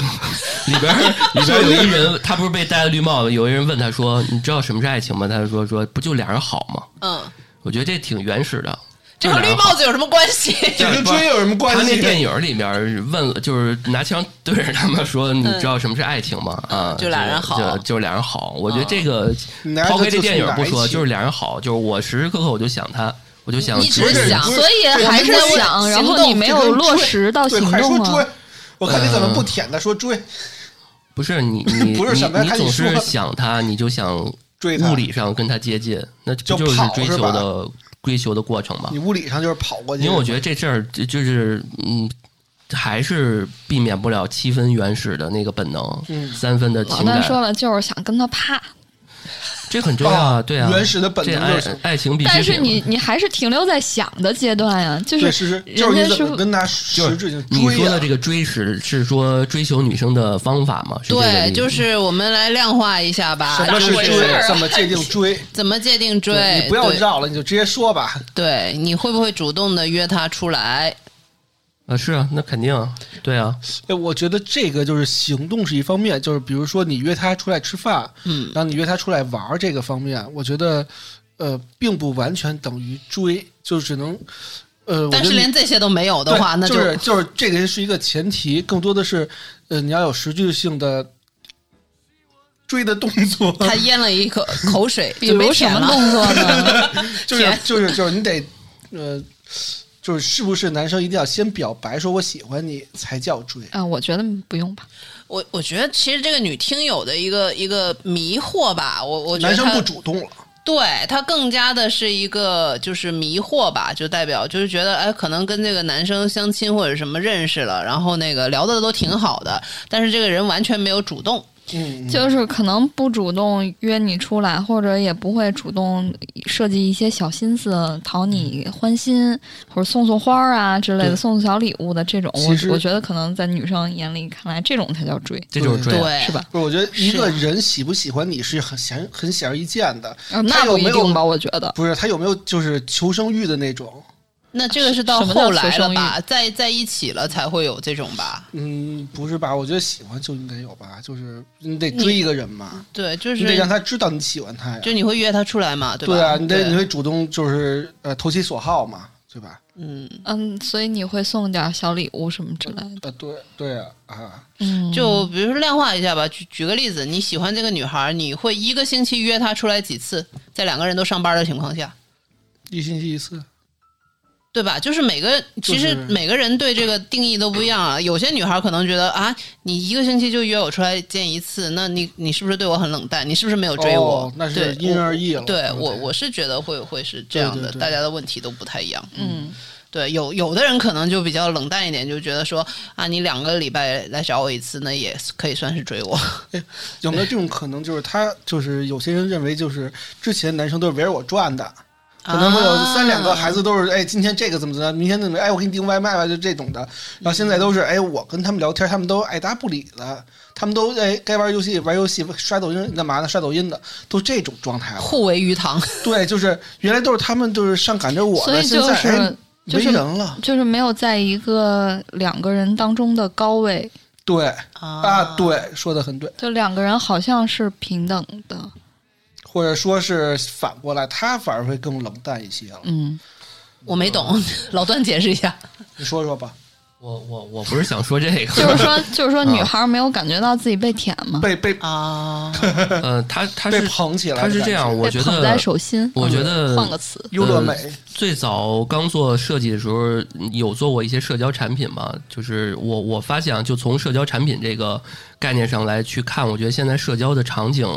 Speaker 2: 里边儿里边儿有一人，他不是被戴了绿帽子，有一人问他说：“你知道什么是爱情吗？”他就说：“说不就俩人好吗
Speaker 4: 嗯，？”
Speaker 2: 我觉得这挺原始的。
Speaker 4: 这
Speaker 3: 嗯
Speaker 4: 和绿帽子有什么关 系？
Speaker 3: 这跟追有什么关
Speaker 2: 他那
Speaker 3: 系？
Speaker 2: 电影里面问了，就是拿枪对着他们说：“你知道什么是爱情吗？”
Speaker 4: 嗯
Speaker 2: 啊，
Speaker 4: 就俩人
Speaker 2: 就
Speaker 4: 好
Speaker 2: 就俩人好。我觉得这个
Speaker 3: 嗯
Speaker 2: 抛开这电影不
Speaker 3: 哪
Speaker 2: 说，
Speaker 3: 一期
Speaker 2: 就是俩人好，就是我时时刻刻我就想他，我就想
Speaker 4: 一直想
Speaker 3: 不是
Speaker 5: 所以还是想，然后你没有落实到
Speaker 3: 对，
Speaker 5: 行
Speaker 3: 快说
Speaker 5: 动啊
Speaker 3: 追。。我看你怎么不舔的，说追
Speaker 2: 不是 你你
Speaker 3: 不是
Speaker 2: 你
Speaker 3: 什么呀
Speaker 2: 你
Speaker 3: 看你
Speaker 2: 总是
Speaker 3: 说
Speaker 2: 想他，你就想
Speaker 3: 追他
Speaker 2: 物理上跟他接近，那不
Speaker 3: 就
Speaker 2: 就是
Speaker 3: 跑
Speaker 2: 追
Speaker 3: 是
Speaker 2: 求
Speaker 3: 吧
Speaker 2: 的追求的过程吗
Speaker 3: 你？物理上就是跑过去。
Speaker 2: 因为我觉得这事儿就就是嗯，还是避免不了七分原始的那个本能，
Speaker 3: 嗯
Speaker 2: 三分的
Speaker 5: 老
Speaker 2: 情
Speaker 5: 段
Speaker 2: 感，
Speaker 5: 说了，就是想跟他啪，
Speaker 2: 这很重要啊，
Speaker 3: 哦
Speaker 2: 对啊，
Speaker 3: 原始的本
Speaker 2: 这
Speaker 3: 能
Speaker 2: 爱
Speaker 3: 就是
Speaker 2: 爱情必需品嘛。
Speaker 5: 但是你你还是停留在想的阶段呀，就
Speaker 3: 对
Speaker 5: 是
Speaker 3: 是是，就
Speaker 5: 人
Speaker 3: 是你
Speaker 5: 家
Speaker 3: 怎
Speaker 5: 是
Speaker 3: 么跟他
Speaker 2: 就
Speaker 3: 实质
Speaker 2: 是
Speaker 3: 性
Speaker 2: 你
Speaker 3: 追啊
Speaker 2: 说的
Speaker 3: 呀
Speaker 2: 这？个追是是说追求女生的方法吗？是这个意
Speaker 4: 对，
Speaker 2: 思
Speaker 4: 就是我们来量化一下吧，
Speaker 3: 什么是
Speaker 4: 就
Speaker 5: 回事
Speaker 3: 追
Speaker 5: 儿？啊
Speaker 3: 怎么界定追？
Speaker 4: 怎么界定追？
Speaker 3: 你不要
Speaker 4: 对
Speaker 3: 绕了，你就直接说吧。
Speaker 4: 对，你会不会主动的约他出来？
Speaker 2: 啊，是啊，那肯定啊，对啊，
Speaker 3: 哎，我觉得这个就是行动是一方面，就是比如说你约他出来吃饭，
Speaker 4: 嗯，
Speaker 3: 然后你约他出来玩儿这个方面，我觉得呃，并不完全等于追，就只能呃，我
Speaker 4: 但
Speaker 3: 觉得你
Speaker 4: 是连这些都没有的话，
Speaker 3: 对
Speaker 4: 那
Speaker 3: 就、是就是这个是一个前提，更多的是呃，你要有实质性的追的动作，
Speaker 4: 他咽了一口口水，
Speaker 5: 比如什么
Speaker 4: 弄？
Speaker 5: 动 作呢？
Speaker 3: 就是
Speaker 4: 舔
Speaker 3: 就是就是你得呃，就是是不是男生一定要先表白说我喜欢你才叫追？
Speaker 5: 啊，我觉得不用吧。
Speaker 4: 我我觉得其实这个女听友的一个一个迷惑吧，我我觉
Speaker 3: 男
Speaker 4: 得
Speaker 3: 生
Speaker 4: 她
Speaker 3: 不主动了，
Speaker 4: 对她更加的是一个就是迷惑吧，就代表就是觉得哎，可能跟这个男生相亲或者什么认识了，然后那个聊的都挺好的，但是这个人完全没有主动。
Speaker 3: 嗯，嗯
Speaker 5: 就是可能不主动约你出来，或者也不会主动设计一些小心思讨你欢心，或者送送花儿啊之类
Speaker 3: 对
Speaker 5: 的，送送小礼物的这种，
Speaker 3: 其实
Speaker 5: 我我觉得可能在女生眼里看来，这种才叫追，
Speaker 2: 这就是追
Speaker 4: 对
Speaker 2: 啊，，
Speaker 5: 是吧？
Speaker 3: 不是，我觉得一
Speaker 4: 是
Speaker 3: 个人喜不喜欢你是很显很显而易见的，他
Speaker 5: 呃那
Speaker 3: 有
Speaker 5: 不一
Speaker 3: 没有
Speaker 5: 定吧，我觉得。
Speaker 3: 不是他有没有就是求生欲的那种？
Speaker 4: 那这个是到
Speaker 5: 什么叫
Speaker 4: 后来
Speaker 5: 求
Speaker 4: 了
Speaker 5: 生
Speaker 4: 吧，在在一起了才会有这种吧？
Speaker 3: 嗯，不是吧？我觉得喜欢就应该有吧，就是你得追一个人嘛，
Speaker 4: 对，就
Speaker 3: 你得让
Speaker 4: 是
Speaker 3: 他知道你喜欢他呀。
Speaker 4: 就你会约他出来嘛，对吧？
Speaker 3: 对啊，你得
Speaker 4: 对
Speaker 3: 你会主动就是呃投其所好嘛，对吧？
Speaker 4: 嗯，
Speaker 5: 嗯，所以你会送点小礼物什么之类的。
Speaker 3: 呃，对对啊啊，
Speaker 5: 嗯，
Speaker 4: 就比如说量化一下吧，举举个例子，你喜欢这个女孩，你会一个星期约她出来几次，在两个人都上班的情况下，
Speaker 3: 一星期一次，
Speaker 4: 对吧？就是每个其实
Speaker 3: 就是
Speaker 4: 每个人对这个定义都不一样啊。有些女孩可能觉得啊，你一个星期就约我出来见一次，那你你是不是对我很冷淡？你是不是没有追我？
Speaker 3: 哦那是
Speaker 4: 对
Speaker 3: 因人而异了
Speaker 4: 我对
Speaker 3: 我
Speaker 4: 我，
Speaker 3: 觉得
Speaker 4: 我是觉得会会是这样的，
Speaker 3: 对对对
Speaker 4: 大家的问题都不太一样。
Speaker 5: 嗯，
Speaker 4: 对，有有的人可能就比较冷淡一点，就觉得说啊，你两个礼拜来找我一次，那也可以算是追我。
Speaker 3: 有没有这种可能？就是他就是有些人认为就是之前男生都是围着我转的，可能会有
Speaker 4: 啊
Speaker 3: 三两个
Speaker 5: 啊
Speaker 3: 孩子都是哎，今天这个怎么怎么样，明天怎么样，哎，我给你订外卖吧，就这种的。然后现在都是哎，我跟他们聊天，他们都爱答不理的，他们都哎该玩游戏玩游戏，刷抖音干嘛呢？刷抖音的都这种状态
Speaker 4: 啊，
Speaker 5: 哦
Speaker 3: 了。
Speaker 4: 互为鱼塘。
Speaker 3: 对，就是原来都是他们就是上赶着我
Speaker 5: 所
Speaker 3: 的，
Speaker 5: 以
Speaker 3: 现
Speaker 5: 就
Speaker 3: 在哎
Speaker 5: 是就
Speaker 3: 没
Speaker 5: 是
Speaker 3: 人了。
Speaker 5: 就是没有在一个两个人当中的高位，
Speaker 3: 对
Speaker 4: 啊
Speaker 3: 啊，，对，说的很对，
Speaker 5: 就两个人好像是平等的。
Speaker 3: 或者说是反过来，他反而会更冷淡一些了。
Speaker 5: 嗯，
Speaker 4: 我没懂， 老段解释一下。
Speaker 3: 你说说吧，
Speaker 2: 我我我不是想说这 个，
Speaker 5: 就是说就是
Speaker 2: 啊
Speaker 5: 说，女孩没有感觉到自己被舔吗？
Speaker 3: 被被
Speaker 4: 啊，
Speaker 2: 呃，他他
Speaker 3: 被
Speaker 2: 是
Speaker 3: 捧起来，
Speaker 2: 他是这样，，我
Speaker 5: 被
Speaker 2: 觉
Speaker 5: 捧在
Speaker 2: 得
Speaker 5: 手心。
Speaker 2: 我嗯觉得
Speaker 5: 换个词，
Speaker 3: 优乐美，
Speaker 2: 最早刚做设计的时候，有做过一些社交产品嘛？就是我我发现，啊，就从社交产品这个概念上来去看，我觉得现在社交的场景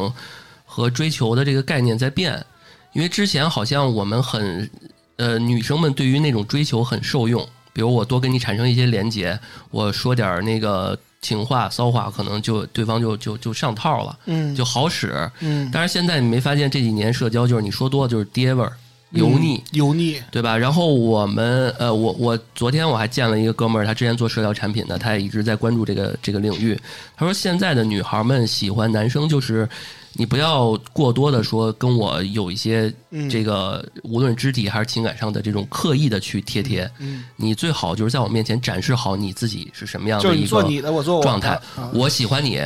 Speaker 2: 和追求的这个概念在变，因为之前好像我们很呃，女生们对于那种追求很受用，比如我多跟你产生一些连结，我说点儿那个情话骚话，可能就对方就就就上套了，
Speaker 3: 嗯，
Speaker 2: 就好使。
Speaker 3: 嗯
Speaker 2: 但是现在你没发现这几年社交就是你说多了就是爹味儿。油腻，
Speaker 3: 嗯油腻，
Speaker 2: 对吧？然后我们呃，我我昨天我还见了一个哥们儿，他之前做社交产品的，他也一直在关注这个这个领域。他说现在的女孩们喜欢男生就是。你不要过多的说跟我有一些
Speaker 3: 嗯
Speaker 2: 这个，无论肢体还是情感上的这种刻意的去贴贴，
Speaker 3: 嗯，
Speaker 2: 你最好就是在我面前展示好你自己是什么样
Speaker 3: 就
Speaker 2: 的
Speaker 3: 是你
Speaker 2: 呃一
Speaker 3: 做
Speaker 2: 个
Speaker 3: 你的，我做我的
Speaker 2: 状态
Speaker 3: 啊。
Speaker 2: 我喜欢你，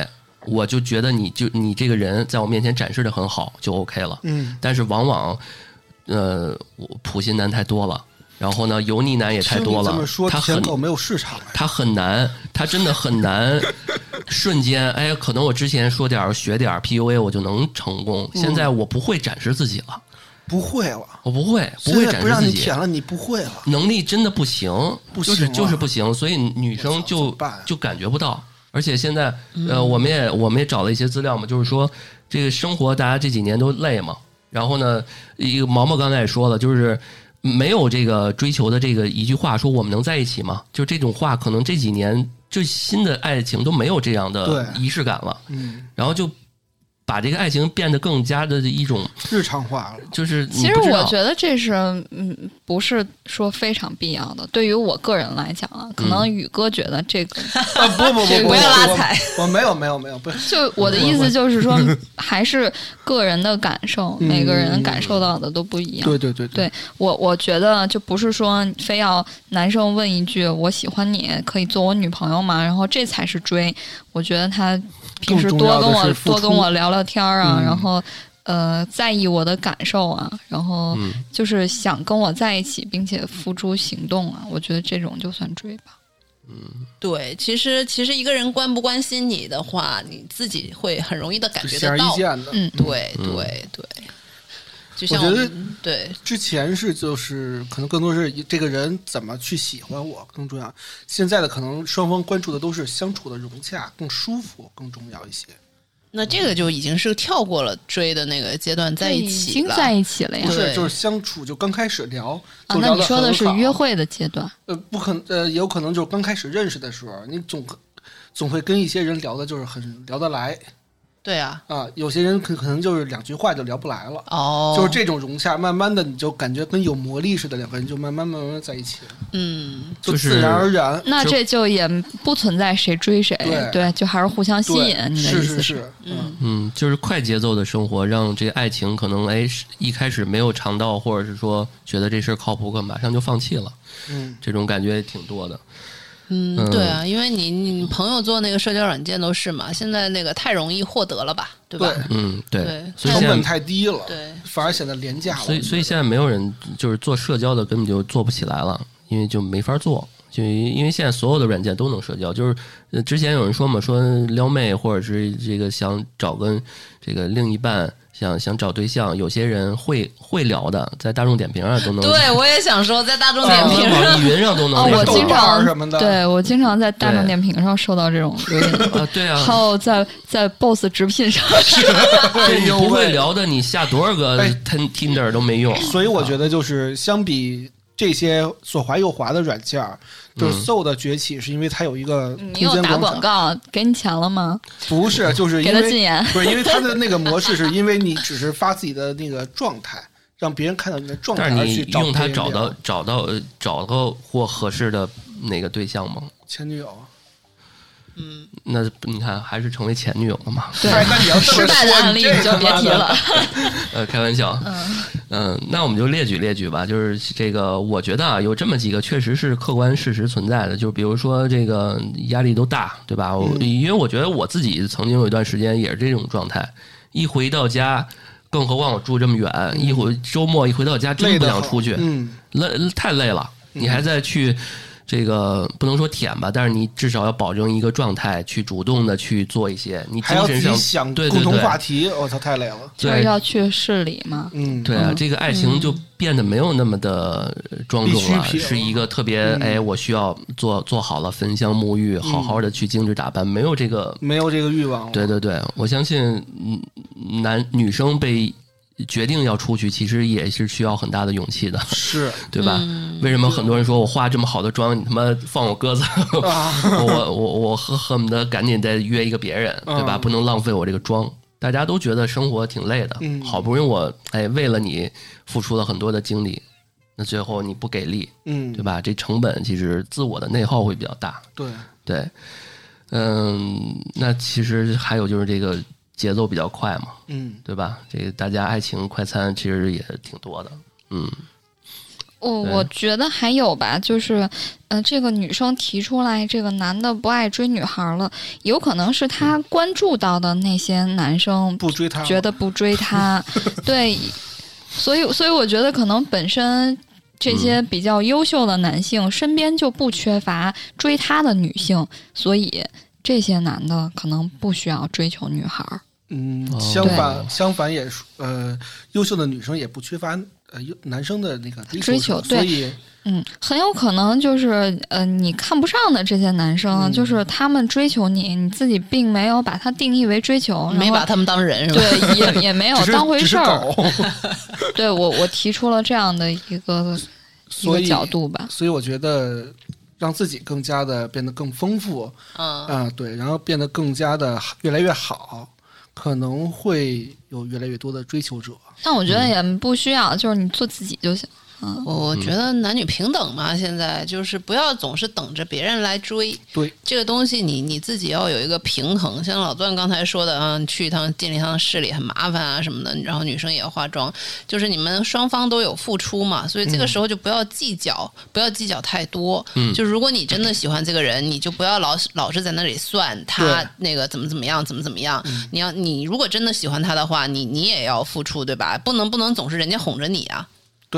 Speaker 2: 我就觉得你就你这个人在我面前展示的很好，就 OK 了。
Speaker 3: 嗯，
Speaker 2: 但是往往，呃，我普信男太多了，然后呢，油腻男也太多
Speaker 3: 听你这
Speaker 2: 了
Speaker 3: 么说，，
Speaker 2: 他
Speaker 3: 舔
Speaker 2: 很
Speaker 3: 狗没有市场呀。
Speaker 2: 他很难，他真的很难，瞬间，哎，可能我之前说点儿学点儿 PUA 我就能成功，现
Speaker 3: 嗯
Speaker 2: 在我不会展示自己了，
Speaker 3: 不会了，
Speaker 2: 我不会，不会
Speaker 3: 现在
Speaker 2: 展
Speaker 3: 不
Speaker 2: 示
Speaker 3: 让
Speaker 2: 自
Speaker 3: 你
Speaker 2: 己
Speaker 3: 舔。了，你不会了。
Speaker 2: 能力真的不行，
Speaker 3: 不
Speaker 2: 就是
Speaker 3: 行啊
Speaker 2: 就是不行，所以女
Speaker 3: 我
Speaker 2: 生
Speaker 3: 操怎
Speaker 2: 就
Speaker 3: 么办啊
Speaker 2: 就感觉不到。而且现在，呃，
Speaker 5: 嗯
Speaker 2: 我们也我们也找了一些资料嘛，就是说这个生活大家这几年都累嘛，然后呢，一个毛毛刚才也说了，就是没有这个追求的这个一句话说我们能在一起吗？就这种话，可能这几年就新的爱情都没有这样的
Speaker 3: 对
Speaker 2: 仪式感了，
Speaker 3: 嗯，
Speaker 2: 然后就把这个爱情变得更加的一种
Speaker 3: 日常化了。
Speaker 2: 就是你
Speaker 5: 其实
Speaker 2: 不知
Speaker 5: 我
Speaker 2: 道
Speaker 5: 觉得这是嗯，不是说非常必要的。对于我个人来讲
Speaker 2: 嗯
Speaker 5: 啊，可能宇哥觉得这 个，
Speaker 3: 啊，不不不
Speaker 4: 不要拉踩。
Speaker 3: 我我没有没有没有，不是
Speaker 5: 就我的意思就是说，还是个人的感受，
Speaker 3: 嗯
Speaker 5: 每个人感受到的都不一样。
Speaker 3: 对对对
Speaker 5: 对我我觉得就不是说非要男生问一句“我喜欢你，可以做我女朋友吗”，然后这才是追。我觉得他平时
Speaker 3: 更重要
Speaker 5: 多
Speaker 3: 的
Speaker 5: 跟我
Speaker 3: 是付
Speaker 5: 多跟
Speaker 3: 出
Speaker 5: 我聊聊天儿啊，
Speaker 3: 嗯
Speaker 5: 然后呃在意我的感受啊，然后
Speaker 2: 嗯
Speaker 5: 就是想跟我在一起，并且付诸行动啊。我觉得这种就算追吧。
Speaker 4: 对，其实其实一个人关不关心你的话，你自己会很容易的感
Speaker 3: 就
Speaker 4: 觉
Speaker 3: 显
Speaker 4: 得
Speaker 3: 而
Speaker 4: 到
Speaker 3: 易。见的。
Speaker 5: 嗯，
Speaker 4: 对
Speaker 2: 嗯
Speaker 4: 对对，就像
Speaker 3: 我觉
Speaker 4: 们
Speaker 3: 得
Speaker 4: 对
Speaker 3: 之前是就是可能更多是以这个人怎么去喜欢我更重要，现在的可能双方关注的都是相处的融洽、更舒服更重要一些。
Speaker 4: 那这个就已经是跳过了追的那个阶段，在一
Speaker 5: 已
Speaker 4: 起
Speaker 5: 经
Speaker 4: 了。
Speaker 5: 在一起了呀
Speaker 3: 不。是，
Speaker 4: 对
Speaker 3: 就是相处就刚开始聊，
Speaker 5: 啊
Speaker 3: 就，
Speaker 5: 那
Speaker 3: 聊
Speaker 5: 你
Speaker 3: 得
Speaker 5: 说的
Speaker 3: 很
Speaker 5: 是
Speaker 3: 好
Speaker 5: 约会的阶段，
Speaker 3: 呃，不可能，呃，有可能就是刚开始认识的时候，你总总会跟一些人聊的，就是很聊得来，
Speaker 4: 对啊，
Speaker 3: 啊，有些人可可能就是两句话就聊不来了。
Speaker 4: 哦，
Speaker 3: 就是，这种融洽，慢慢的你就感觉跟有魔力似的，两个人就慢慢慢慢地在一起了，
Speaker 4: 嗯，
Speaker 3: 就
Speaker 2: 就是
Speaker 3: 自然而然。
Speaker 5: 那
Speaker 2: 就
Speaker 5: 这就也不存在谁追谁，
Speaker 3: 对
Speaker 5: 就还是互相吸引。
Speaker 3: 对，
Speaker 5: 你的意
Speaker 3: 是
Speaker 5: 思
Speaker 3: 是是，嗯，
Speaker 2: 嗯，就是快节奏的生活，让这个爱情可能哎是一开始没有尝到，或者是说觉得这事儿靠谱，可马上就放弃了，
Speaker 3: 嗯，
Speaker 2: 这种感觉也挺多的。
Speaker 4: 嗯
Speaker 2: 嗯，
Speaker 4: 对啊，因为你你朋友做那个社交软件都是嘛，现在那个太容易获得了吧，对吧？
Speaker 3: 对，
Speaker 2: 嗯，对，
Speaker 4: 对
Speaker 2: 所以
Speaker 3: 成
Speaker 2: 现
Speaker 3: 本
Speaker 2: 在。
Speaker 3: 太低了，
Speaker 4: 对
Speaker 3: 反而显得廉价了。
Speaker 2: 所以，所以现在没有人就是做社交的，根本就做不起来了，因为就没法做，就因为现在所有的软件都能社交。就是呃之前有人说嘛，说撩妹或者是这个想找跟这个另一半想想找对象，有些人会会聊的，在大众点评上都能，
Speaker 4: 对，我也想说，在大众点 评
Speaker 2: 网
Speaker 4: 上，
Speaker 2: 易云上都能
Speaker 5: 哦，
Speaker 2: 那
Speaker 5: 我
Speaker 2: 什么
Speaker 5: 经
Speaker 3: 豆瓣
Speaker 5: 常
Speaker 3: 儿什么的
Speaker 5: 对我经常在大众
Speaker 2: 对
Speaker 5: 点评上收到这种留言，
Speaker 2: 啊，对啊，
Speaker 5: 还有在在 Boss 直聘 上，
Speaker 2: 对你
Speaker 3: 呦
Speaker 2: 不会
Speaker 3: 喂
Speaker 2: 聊的，你下多少个
Speaker 3: 哎
Speaker 2: Tin- Tinder 都没用。啊
Speaker 3: 所以我觉得就是相比这些左滑右滑的软件儿，就是
Speaker 2: 嗯
Speaker 3: Soul 的崛起是因为它有一个空
Speaker 5: 嗯你
Speaker 3: 间
Speaker 5: 有打
Speaker 3: 广
Speaker 5: 广
Speaker 3: 场，
Speaker 5: 告给你钱了吗？
Speaker 3: 不是，就是
Speaker 5: 给
Speaker 3: 因
Speaker 5: 他禁
Speaker 3: 为
Speaker 5: 言。
Speaker 3: 不是因为它的那个模式，是因为你只是发自己的那个状态，让别人看到你的状态
Speaker 2: 但是
Speaker 3: 而
Speaker 2: 你
Speaker 3: 去找
Speaker 2: 用它
Speaker 3: 别人
Speaker 2: 找
Speaker 3: 聊
Speaker 2: 到找到呃找到或合适的那个对象吗？
Speaker 3: 前女友。
Speaker 4: 嗯，
Speaker 2: 那你看还是成为前女友了嘛？
Speaker 5: 对
Speaker 3: 哎，那你要这么
Speaker 5: 失败的
Speaker 3: 说你
Speaker 5: 案例
Speaker 3: 这
Speaker 5: 你就
Speaker 3: 他
Speaker 5: 别
Speaker 3: 妈
Speaker 5: 提
Speaker 3: 的
Speaker 5: 了。
Speaker 2: 呃，开玩笑，
Speaker 5: 嗯
Speaker 2: 嗯，那我们就列举列举吧。就是这个，我觉得啊，有这么几个确实是客观事实存在的，就比如说这个压力都大，对吧？我
Speaker 3: 嗯
Speaker 2: 因为我觉得我自己曾经有一段时间也是这种状态，一回到家，更何况我住这么远，一回周末一回到家真
Speaker 3: 嗯累
Speaker 2: 不
Speaker 3: 得
Speaker 2: 想
Speaker 3: 很
Speaker 2: 出去，
Speaker 3: 嗯，
Speaker 2: 累太累了，你还在去这个不能说舔吧，但是你至少要保证一个状态，去主动的去做一些，你
Speaker 3: 还
Speaker 2: 精
Speaker 3: 要自
Speaker 2: 神
Speaker 3: 己
Speaker 2: 上
Speaker 3: 想
Speaker 2: 对
Speaker 3: 共
Speaker 2: 对
Speaker 3: 同话
Speaker 2: 对
Speaker 3: 题，我操，太累了。
Speaker 5: 就是
Speaker 2: 对
Speaker 5: 要去市里嘛。
Speaker 3: 嗯，
Speaker 2: 对啊，这个爱情就变得没有那么的呃庄重了，
Speaker 3: 必需品了
Speaker 2: 是一个特别、
Speaker 3: 嗯
Speaker 2: 哎，我需要做做好了焚香沐浴，好好的去精致打扮，没有这个。
Speaker 3: 没有这个欲望了。
Speaker 2: 对对对，我相信，嗯，男女生被决定要出去，其实也是需要很大的勇气的，
Speaker 3: 是
Speaker 2: 对吧？为什么很多人说我化这么好的妆，你他妈放我鸽子？
Speaker 3: 啊，
Speaker 2: 我 我我我恨恨不得赶紧再约一个别人，对吧？
Speaker 3: 嗯
Speaker 2: 不能浪费我这个妆。大家都觉得生活挺累的，
Speaker 3: 嗯
Speaker 2: 好不容易我哎为了你付出了很多的精力，那最后你不给力，
Speaker 3: 嗯，
Speaker 2: 对？吧？这成本其实自我的内耗会比较大，
Speaker 3: 对，
Speaker 2: 对，嗯，那其实还有就是这个节奏比较快嘛，
Speaker 3: 嗯，
Speaker 2: 对吧？这个大家爱情快餐其实也挺多的，嗯
Speaker 5: 我、
Speaker 2: 对
Speaker 5: 哦我觉得还有吧，就是，呃，这个女生提出来，这个男的不爱追女孩了，有可能是她关注到的那些男生
Speaker 3: 不追他，
Speaker 5: 觉得不追 她，对，所以所以我觉得可能本身这些比较优秀的男性、身边就不缺乏追她的女性，所以这些男的可能不需要追求女孩儿。
Speaker 3: 嗯，
Speaker 2: 哦
Speaker 3: 相反，
Speaker 2: 对
Speaker 3: 相反也是呃，优秀的女生也不缺乏呃优男生的那个
Speaker 5: 追
Speaker 3: 追
Speaker 5: 求对
Speaker 3: 所以
Speaker 5: 嗯，很有可能就是呃，你看不上的这些男生啊，
Speaker 3: 嗯
Speaker 5: 就是他们追求你，你自己并没有把他定义为追求，然
Speaker 4: 没
Speaker 5: 后
Speaker 4: 把他们当人是吧？
Speaker 5: 对，也也没有
Speaker 3: 只是
Speaker 5: 哎当回
Speaker 3: 只是
Speaker 5: 事儿。
Speaker 3: 狗，
Speaker 5: 对我，我提出了这样的一个一
Speaker 3: 所
Speaker 5: 个
Speaker 3: 以
Speaker 5: 角度吧。
Speaker 3: 所以我觉得让自己更加的变得更丰富
Speaker 4: 嗯，
Speaker 3: 啊，对，然后变得更加的越来越好，可能会有越来越多的追求者。
Speaker 5: 但我觉得也不需要，就是你做自己就行。嗯，
Speaker 4: 我我觉得男女平等嘛，现在就是不要总是等着别人来追。
Speaker 3: 对
Speaker 4: 这个东西你，你自己要有一个平衡。像老段刚才说的啊，你去一趟进一趟市里很麻烦啊什么的，然后女生也要化妆，就是你们双方都有付出
Speaker 2: 嗯
Speaker 4: 嘛，所以这个时候就不要计较，不要计较太多。
Speaker 2: 嗯
Speaker 4: 就如果你真的喜欢这个人，你就不要老老是在那里算他
Speaker 3: 对
Speaker 4: 那个怎么怎么样，怎么怎么样。
Speaker 2: 嗯
Speaker 4: 你要你如果真的喜欢他的话，你你也要付出，对吧？不能不能总是人家哄着你啊。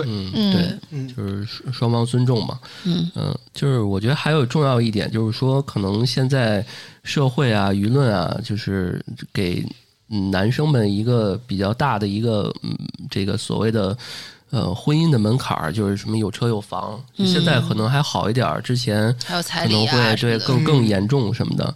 Speaker 2: 嗯，
Speaker 5: 嗯
Speaker 2: 对。
Speaker 3: 嗯，
Speaker 2: 就是双双方尊重嘛。
Speaker 4: 嗯
Speaker 2: 就是我觉得还有重要一点，就是说可能现在社会啊、舆论啊，就是给嗯男生们一个比较大的一个嗯这个所谓的。呃，婚姻的门槛儿就是什么有车有房，现在可能还好一点儿，之前
Speaker 4: 嗯还有彩
Speaker 2: 可
Speaker 4: 礼
Speaker 2: 能
Speaker 4: 啊
Speaker 2: 会
Speaker 4: 什么
Speaker 2: 对
Speaker 4: 的，
Speaker 2: 更更严重什么的。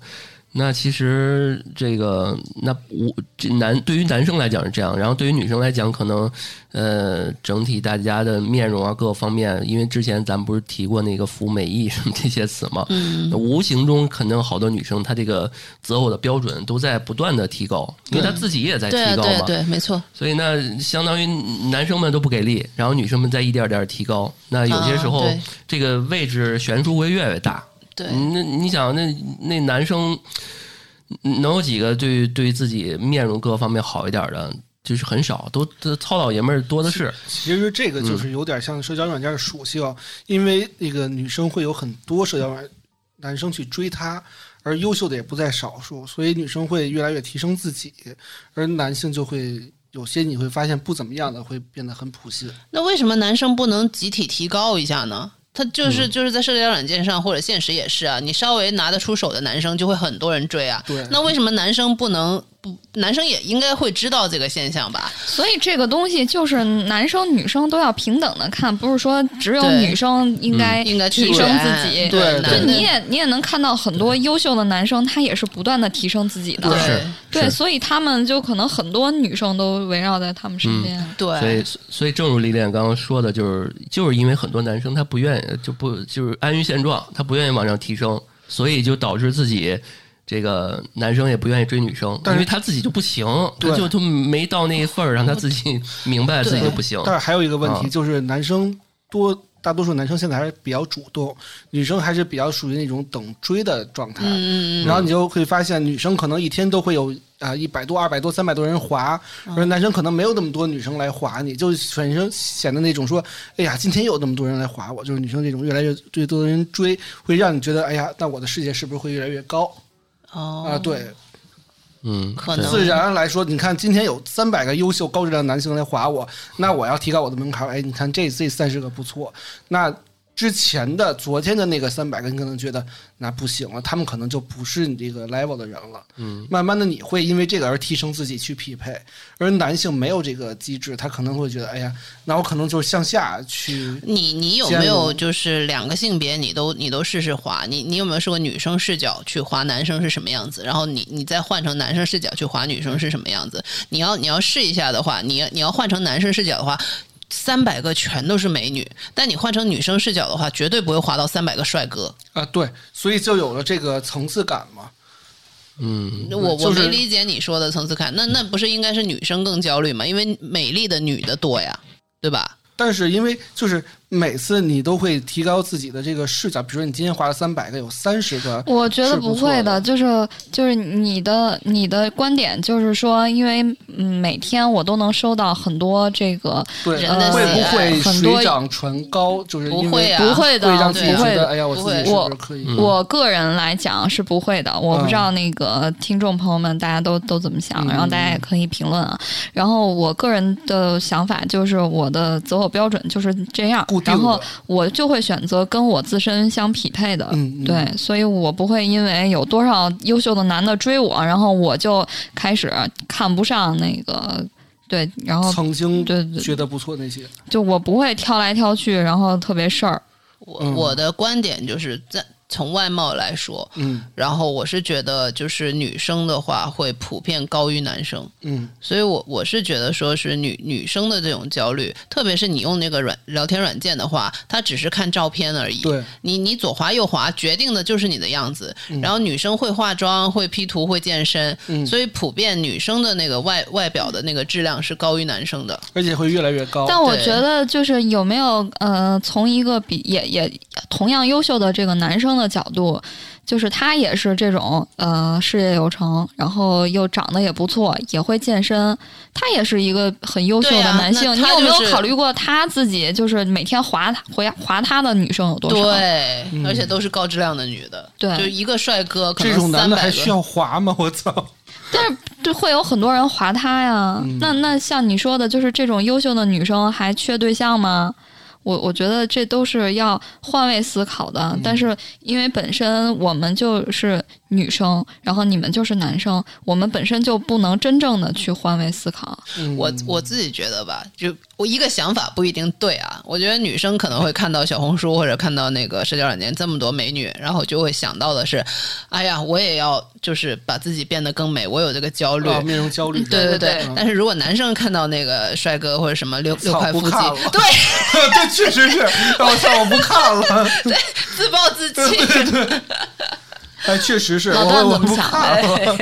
Speaker 2: 那其实这个，那我这男对于男生来讲是这样，然后对于女生来讲，可能呃整体大家的面容啊各个方面，因为之前咱们不是提过那个服美役什么这些词嘛，
Speaker 4: 嗯，
Speaker 2: 无形中肯定好多女生她这个择偶的标准都在不断的提高，因为她自己也在提
Speaker 4: 对啊
Speaker 2: 高嘛，
Speaker 4: 对啊对啊，没错，
Speaker 2: 所以呢，相当于男生们都不给力，然后女生们在一点点提高。那有些时候，
Speaker 4: 啊对
Speaker 2: 这个位置悬殊会越来越大。
Speaker 4: 对，
Speaker 2: 那你想，那那男生嗯能有几个对对自己面容各方面好一点的？就是很少，都都糙老爷们儿多的是。
Speaker 3: 其实这个就是有点像社交软件的属性，因为那个女生会有很多社交软男生去追她，而优秀的也不在少数，所以女生会越来越提升自己，而男性就会有些你会发现不怎么样的会变得很普信。
Speaker 4: 那为什么男生不能集体提高一下呢？他就是
Speaker 3: 嗯
Speaker 4: 就是在社交软件上或者现实也是啊，你稍微拿得出手的男生就会很多人追啊。
Speaker 3: 对
Speaker 4: 那为什么男生不能不？男生也应该会知道这个现象吧？
Speaker 5: 所以这个东西就是男生女生都要平等的看，不是说只有
Speaker 4: 对嗯
Speaker 5: 女生应该
Speaker 4: 应该
Speaker 5: 哎提升自
Speaker 3: 对
Speaker 5: 己。
Speaker 3: 对
Speaker 5: 就
Speaker 4: 男的
Speaker 5: 你也你也能看到很多优秀的男生，他也是不断的提升自己的。
Speaker 4: 对
Speaker 2: 是
Speaker 5: 对，所以他们就可能很多女生都围绕在他们身边。
Speaker 4: 对，
Speaker 2: 所以，所以正如李炼刚刚说的，就是就是因为很多男生他不愿意，就不就是安于现状，他不愿意往上提升，所以就导致自己这个男生也不愿意追女生，
Speaker 3: 但
Speaker 2: 因
Speaker 3: 是
Speaker 2: 为他自己就不行，
Speaker 3: 对
Speaker 2: 他就他没到那份儿，让他自己明白自己就不行。
Speaker 3: 但是还有一个问
Speaker 4: 嗯
Speaker 3: 题
Speaker 2: 啊
Speaker 3: 就是，男生多大多数男生现在还是比较主动，女生还是比较属于那种等追的状态。
Speaker 4: 嗯嗯嗯，
Speaker 3: 然后你就会发现，女生可能一天都会有啊一百多、二百多、三百多人划，
Speaker 4: 嗯
Speaker 3: 而男生可能没有那么多女生来划你，就全身显得那种说，哎呀，今天又有那么多人来划我，就是女生这种越来越越多的人追，会让你觉得，哎呀，那我的世界是不是会越来越高
Speaker 4: 哦
Speaker 3: 啊？对，
Speaker 2: 嗯，
Speaker 4: 可
Speaker 2: 对
Speaker 4: 能
Speaker 3: 自然来说，你看今天有三百个优秀高质量男性来划我，那我要提高我的门槛儿，哎，你看这这三十个不错，那。之前的昨天的那个三百个，你可能觉得那不行了，他们可能就不是你这个 level 的人了。
Speaker 2: 嗯，
Speaker 3: 慢慢的你会因为这个而提升自己去匹配，而男性没有这个机制，他可能会觉得，哎呀，那我可能就是向下去。
Speaker 4: 你你有没有就是两个性别你都你都试试滑？你你有没有试过女生视角去滑男生是什么样子？然后你你再换成男生视角去滑女生是什么样子？你要你要试一下的话，你你要换成男生视角的话。三百个全都是美女，但你换成女生视角的话，绝对不会滑到三百个帅哥。
Speaker 3: 啊，对，所以就有了这个层次感嘛。
Speaker 2: 嗯，
Speaker 4: 我我
Speaker 3: 就是
Speaker 4: 没理解你说的层次感，那那不是应该是女生更焦虑吗？因为美丽的女的多呀，对吧？
Speaker 3: 但是因为就是每次你都会提高自己的这个视角，比如说你今天划了三百个，有三十个，
Speaker 5: 我觉得
Speaker 3: 是不
Speaker 5: 不
Speaker 3: 错
Speaker 5: 会
Speaker 3: 的
Speaker 5: 的，就是就是你的你的观点就是说，因为嗯每天我都能收到很多这个
Speaker 3: 对，
Speaker 4: 人的
Speaker 3: 会
Speaker 4: 喜
Speaker 3: 不
Speaker 4: 爱
Speaker 3: 会
Speaker 5: 很
Speaker 3: 水
Speaker 5: 多
Speaker 3: 涨船高？就是因
Speaker 4: 不会
Speaker 3: 为
Speaker 4: 啊
Speaker 5: 不会的，
Speaker 3: 会让自己
Speaker 5: 不
Speaker 3: 觉
Speaker 5: 会
Speaker 3: 得，
Speaker 5: 的。
Speaker 3: 哎呀，我自
Speaker 4: 不会
Speaker 3: 己是不
Speaker 5: 我
Speaker 3: 是可以？
Speaker 5: 我个人来讲是不会的，我不
Speaker 3: 嗯
Speaker 5: 知道那个听众朋友们大家都都怎么想，然后大家也可以评论啊。然后我个人的想法就是我的择偶标准就是这样
Speaker 3: 固，定
Speaker 5: 然
Speaker 3: 的
Speaker 5: 后我就会选择跟我自身相匹配的。
Speaker 3: 嗯，嗯
Speaker 5: 对，所以我不会因为有多少优秀的男的追我，然后我就开始看不上那个对，然后
Speaker 3: 曾经
Speaker 5: 对对
Speaker 3: 觉得不错那些，
Speaker 5: 就我不会挑来挑去，然后特别事儿。
Speaker 4: 我、
Speaker 3: 嗯
Speaker 4: 我的观点就是在从外貌来说，
Speaker 3: 嗯
Speaker 4: 然后我是觉得，就是女生的话会普遍高于男生，
Speaker 3: 嗯，
Speaker 4: 所以我我是觉得说是女女生的这种焦虑，特别是你用那个软聊天软件的话，它只是看照片而已。
Speaker 3: 对，
Speaker 4: 你你左滑右滑，决定的就是你的样子。
Speaker 3: 嗯
Speaker 4: 然后女生会化妆、会 P 图、会健身，
Speaker 3: 嗯，
Speaker 4: 所以普遍女生的那个外外表的那个质量是高于男生的。
Speaker 3: 而且会越来越高。
Speaker 5: 但我
Speaker 4: 对
Speaker 5: 觉得就是有没有呃，从一个比也也同样优秀的这个男生的角度，就是他也是这种呃事业有成，然后又长得也不错，也会健身，他也是一个很优秀
Speaker 4: 对
Speaker 5: 的
Speaker 4: 啊
Speaker 5: 男性。
Speaker 4: 那
Speaker 5: 你
Speaker 4: 他
Speaker 5: 有没
Speaker 4: 就
Speaker 5: 有
Speaker 4: 是
Speaker 5: 考虑过他自己就是每天划他划划他的女生有多少？
Speaker 4: 对，
Speaker 3: 嗯
Speaker 4: 而且都是高质量的女的，
Speaker 5: 对
Speaker 4: 就一个帅哥，可
Speaker 3: 这
Speaker 4: 能
Speaker 3: 种男
Speaker 4: 三
Speaker 3: 的
Speaker 4: 百
Speaker 3: 还
Speaker 4: 个。
Speaker 3: 需要滑吗？ 我操！
Speaker 5: 就会有很多人划他呀。
Speaker 3: 嗯
Speaker 5: 那那像你说的，就是这种优秀的女生还缺对象吗？我我觉得
Speaker 3: 嗯
Speaker 5: 这都是要换位思考的，但是因为本身我们就是女生，然后你们就是男生，我们本身就不能真正的去换位思考。
Speaker 3: 嗯
Speaker 4: 我我自己觉得吧，就我一个想法不一定对啊。我觉得女生可能会看到小红书或者看到那个社交软件这么多美女，然后就会想到的是，哎呀，我也要就是把自己变得更美，我有这个焦虑。
Speaker 3: 啊，面容焦虑，
Speaker 4: 对对
Speaker 5: 对
Speaker 4: 对
Speaker 3: 嗯，
Speaker 4: 但是如果男生看到那个帅哥或者什么六六
Speaker 3: 操
Speaker 4: 块
Speaker 3: 不
Speaker 4: 腹肌
Speaker 3: 看了，
Speaker 4: 对，
Speaker 3: 对， 确实是，我操，我不看了，
Speaker 4: 自暴自弃，
Speaker 3: 哎，确实是，
Speaker 5: 老
Speaker 3: 我
Speaker 5: 段
Speaker 3: 我
Speaker 5: 怎么
Speaker 3: 不
Speaker 5: 想哎
Speaker 3: 看了，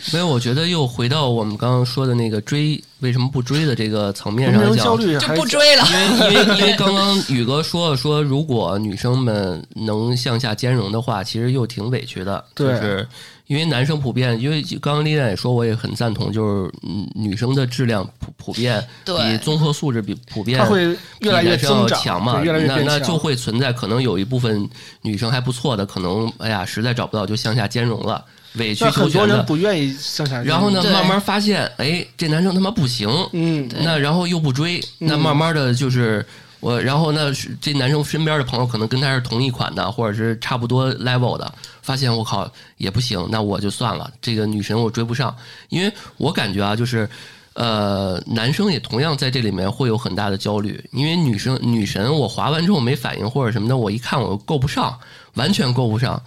Speaker 2: 没有，我觉得又回到我们刚刚说的那个追为什么不追的这个层面
Speaker 3: 面
Speaker 2: 上
Speaker 3: 容
Speaker 2: 讲，
Speaker 3: 焦虑
Speaker 4: 就
Speaker 3: 还
Speaker 4: 不追了。
Speaker 2: 因为因为刚刚宇哥说了说，如果女生们能向下兼容的话，其实又挺委屈的。
Speaker 3: 对
Speaker 2: 就是因为男生普遍，因为刚刚丽娜也说，我也很赞同，就是嗯女生的质量普普遍比
Speaker 4: 对
Speaker 2: 综合素质比普遍
Speaker 3: 它会越来
Speaker 2: 比
Speaker 3: 越
Speaker 2: 男生
Speaker 3: 增
Speaker 2: 要
Speaker 3: 长，
Speaker 2: 强嘛，
Speaker 3: 对越来越
Speaker 2: 那
Speaker 3: 变
Speaker 2: 那
Speaker 3: 强，
Speaker 2: 就会存在可能有一部分女生还不错的，可能哎呀实在找不到就向下兼容了，委曲
Speaker 3: 但
Speaker 2: 求
Speaker 3: 很多
Speaker 2: 全
Speaker 3: 人
Speaker 2: 的。
Speaker 3: 不愿意向下。
Speaker 2: 然后呢，
Speaker 4: 对
Speaker 2: 慢慢发现，哎，这男生他妈不行，
Speaker 3: 嗯，
Speaker 2: 那然后又不追，那慢慢的就是我，然后呢，是这男生身边的朋友可能跟他是同一款的，或者是差不多 level 的，发现我靠也不行，那我就算了，这个女神我追不上，因为我感觉啊，就是。呃，男生也同样在这里面会有很大的焦虑，因为女生女神我划完之后没反应或者什么的，我一看我够不上，完全够不上。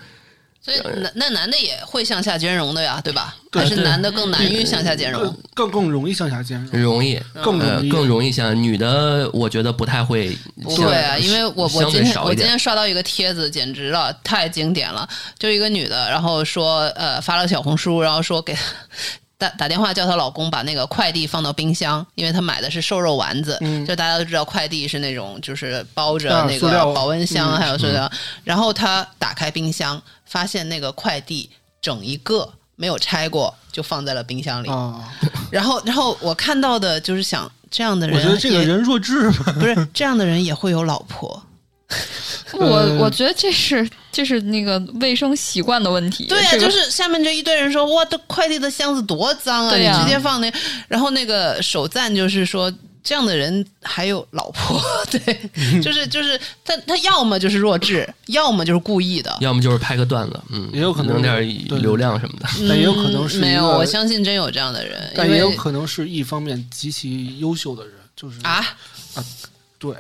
Speaker 4: 所以那那男的也会向下兼容的呀，对吧？
Speaker 3: 对
Speaker 4: 还是
Speaker 2: 对
Speaker 4: 男的更难于向下兼容
Speaker 3: 更？更更容易向下兼容，
Speaker 2: 容易，
Speaker 4: 嗯
Speaker 3: 更
Speaker 2: 呃
Speaker 3: 容，易，
Speaker 2: 更容易像女的，我觉得不太会像，
Speaker 4: 不会啊，因为我我
Speaker 2: 相
Speaker 4: 今
Speaker 2: 对
Speaker 4: 天
Speaker 2: 少
Speaker 4: 我
Speaker 2: 一
Speaker 4: 今
Speaker 2: 点。
Speaker 4: 天刷到一个帖子，简直了，太经典了。就一个女的，然后说呃发了个小红书，然后说给打打电话叫她老公把那个快递放到冰箱，因为她买的是瘦肉丸子，就大家都知道快递是那种就是包着
Speaker 3: 嗯啊
Speaker 4: 那
Speaker 3: 塑
Speaker 4: 个
Speaker 3: 料
Speaker 4: 保温箱
Speaker 3: 嗯
Speaker 4: 还有塑料，然后她打开冰箱，发现那个快递整一个没有拆过，就放在了冰箱里。
Speaker 3: 啊！
Speaker 4: 然后然后我看到的就是想这样的人
Speaker 3: 我
Speaker 4: 也，
Speaker 3: 觉得这个人弱智吧，
Speaker 4: 不是这样的人也会有老婆。
Speaker 3: 呃
Speaker 5: 我我觉得这是这是那个卫生习惯的问题。
Speaker 4: 对呀、
Speaker 5: 这个
Speaker 4: 就是下面这一堆人说，哇，这快递的箱子多脏啊！
Speaker 5: 对呀
Speaker 4: 你直接放那，然后那个首赞就是说，这样的人还有老婆，
Speaker 3: 嗯
Speaker 4: 对，就是就是他他要么就是弱智，要么就是故意的。
Speaker 2: 要么就是拍个段子，嗯，
Speaker 3: 也有可能
Speaker 2: 弄点
Speaker 3: 对
Speaker 2: 流量什么的。
Speaker 3: 但也有可能
Speaker 4: 嗯
Speaker 3: 是一
Speaker 4: 没有，
Speaker 3: 个
Speaker 4: 我相信真有这样的人，
Speaker 3: 但
Speaker 4: 因
Speaker 3: 也有
Speaker 4: 为
Speaker 3: 可能是一方面极其优秀的人，就是，
Speaker 4: 啊，
Speaker 3: 对，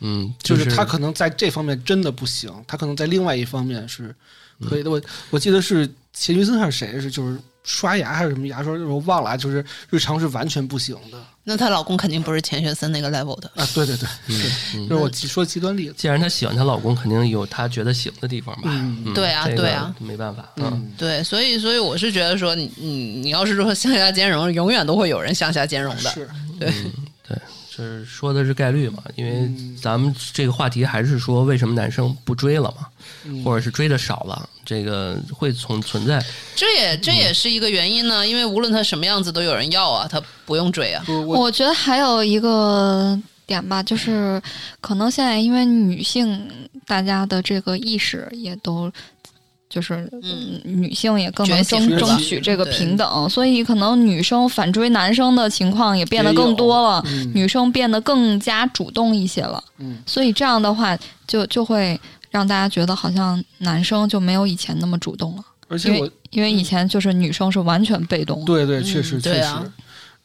Speaker 2: 嗯，
Speaker 3: 就是是他可能在这方面真的不行，他可能在另外一方面是
Speaker 2: 嗯
Speaker 3: 可以的。我我记得是钱学森还是谁是就是刷牙还是什么牙刷，我忘了啊，就是日常是完全不行的
Speaker 4: 那她老公肯定不是钱学森那个 level 的。
Speaker 3: 啊。对对对，是，就是我极说极端例子。
Speaker 2: 既然她喜欢她老公，肯定有她觉得行的地方吧？
Speaker 3: 嗯
Speaker 2: 嗯
Speaker 4: 对啊
Speaker 2: 这个
Speaker 4: 对啊
Speaker 2: 没办法，嗯，
Speaker 3: 嗯，
Speaker 4: 对，所以所以我是觉得说你，你你要是说向下兼容，永远都会有人向下兼容的。
Speaker 3: 是，
Speaker 2: 就是说的是概率嘛，因为
Speaker 3: 嗯
Speaker 2: 咱们这个话题还是说为什么男生不追了嘛，
Speaker 3: 嗯
Speaker 4: 嗯
Speaker 2: 或者是追的少了，这个会存存在。
Speaker 4: 这也这也是一个原因呢，因为无论他什么样子都有人要啊，他不用追啊。
Speaker 3: 我我
Speaker 5: 我觉得还有一个点吧，就是可能现在因为女性大家的这个意识也都。就是
Speaker 4: 嗯
Speaker 5: 女性也更
Speaker 4: 觉
Speaker 5: 能
Speaker 4: 醒
Speaker 5: 争
Speaker 3: 了
Speaker 5: 争取这个
Speaker 4: 对
Speaker 5: 平等，所以可能女生反追男生的情况也变得
Speaker 3: 也
Speaker 5: 更
Speaker 3: 有
Speaker 5: 多了，
Speaker 3: 嗯
Speaker 5: 女生变得更加主动一些了。
Speaker 3: 嗯
Speaker 5: 所以这样的话就就会让大家觉得好像男生就没有以前那么主动了，
Speaker 3: 而且我
Speaker 5: 因为以前就是女生是完全被动的。
Speaker 3: 对对，
Speaker 4: 嗯
Speaker 3: 确实、
Speaker 4: 对
Speaker 3: 确
Speaker 4: 啊
Speaker 3: 实，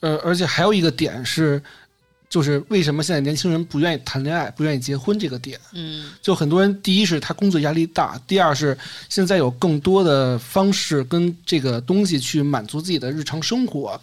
Speaker 3: 呃，而且还有一个点是，就是为什么现在年轻人不愿意谈恋爱、不愿意结婚这个点，
Speaker 4: 嗯，
Speaker 3: 就很多人第一是他工作压力大，第二是现在有更多的方式跟这个东西去满足自己的日常生活，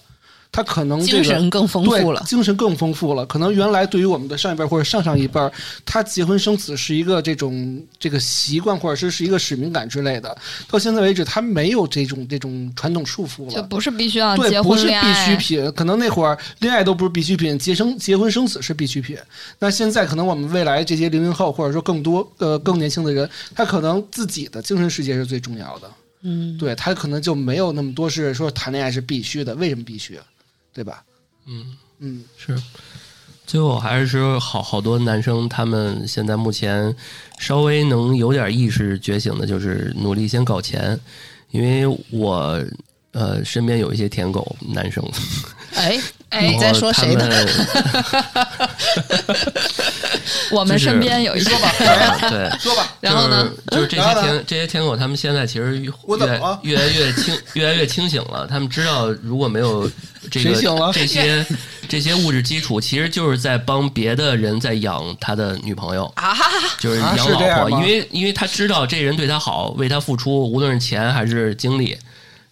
Speaker 3: 他可能这
Speaker 4: 精
Speaker 3: 个
Speaker 4: 神更丰
Speaker 3: 对，
Speaker 4: 富了。
Speaker 3: 精神更丰富了。可能原来对于我们的上一辈或者上上一辈儿，他结婚生子是一个这种这个习惯，或者是是一个使命感之类的。到现在为止，他没有这种这种传统束缚
Speaker 5: 就
Speaker 3: 了。
Speaker 5: 不是必须要
Speaker 3: 对，
Speaker 5: 结
Speaker 3: 不
Speaker 5: 婚
Speaker 3: 是
Speaker 5: 恋
Speaker 3: 必需
Speaker 5: 爱，
Speaker 3: 品，可能那会儿恋爱都不是必需品，结生结婚生子是必需品。那现在可能我们未来这些零零后，或者说更多呃更年轻的人，他可能自己的精神世界是最重要的。
Speaker 4: 嗯，
Speaker 3: 对他可能就没有那么多是说谈恋爱是必须的，为什么必须？啊对吧？
Speaker 2: 嗯
Speaker 3: 嗯，
Speaker 2: 是。最后还是说好好多男生，他们现在目前稍微能有点意识觉醒的，就是努力先搞钱，因为我呃身边有一些舔狗男生，
Speaker 4: 哎，
Speaker 2: 然
Speaker 4: 你
Speaker 2: 后
Speaker 4: 在说谁
Speaker 2: 他
Speaker 4: 呢？
Speaker 2: 们
Speaker 5: 我们身边有一些
Speaker 3: 说吧，
Speaker 2: 啊对，
Speaker 3: 说吧，
Speaker 5: 然后呢
Speaker 2: 就是，就是这
Speaker 3: 然
Speaker 2: 些
Speaker 3: 后呢
Speaker 2: 天这些天狗，他们现在其实越
Speaker 3: 我怎么了
Speaker 2: 越来越清，越来越清醒了。他们知道，如果没有这
Speaker 3: 谁醒了
Speaker 2: 个这些这些物质基础，其实就是在帮别的人在养他的女朋友，
Speaker 4: 啊，
Speaker 2: 就是
Speaker 3: 啊
Speaker 2: 养
Speaker 3: 是这样
Speaker 2: 老婆，
Speaker 3: 吗
Speaker 2: 因为因为他知道这人对他好，为他付出，无论是钱还是精力。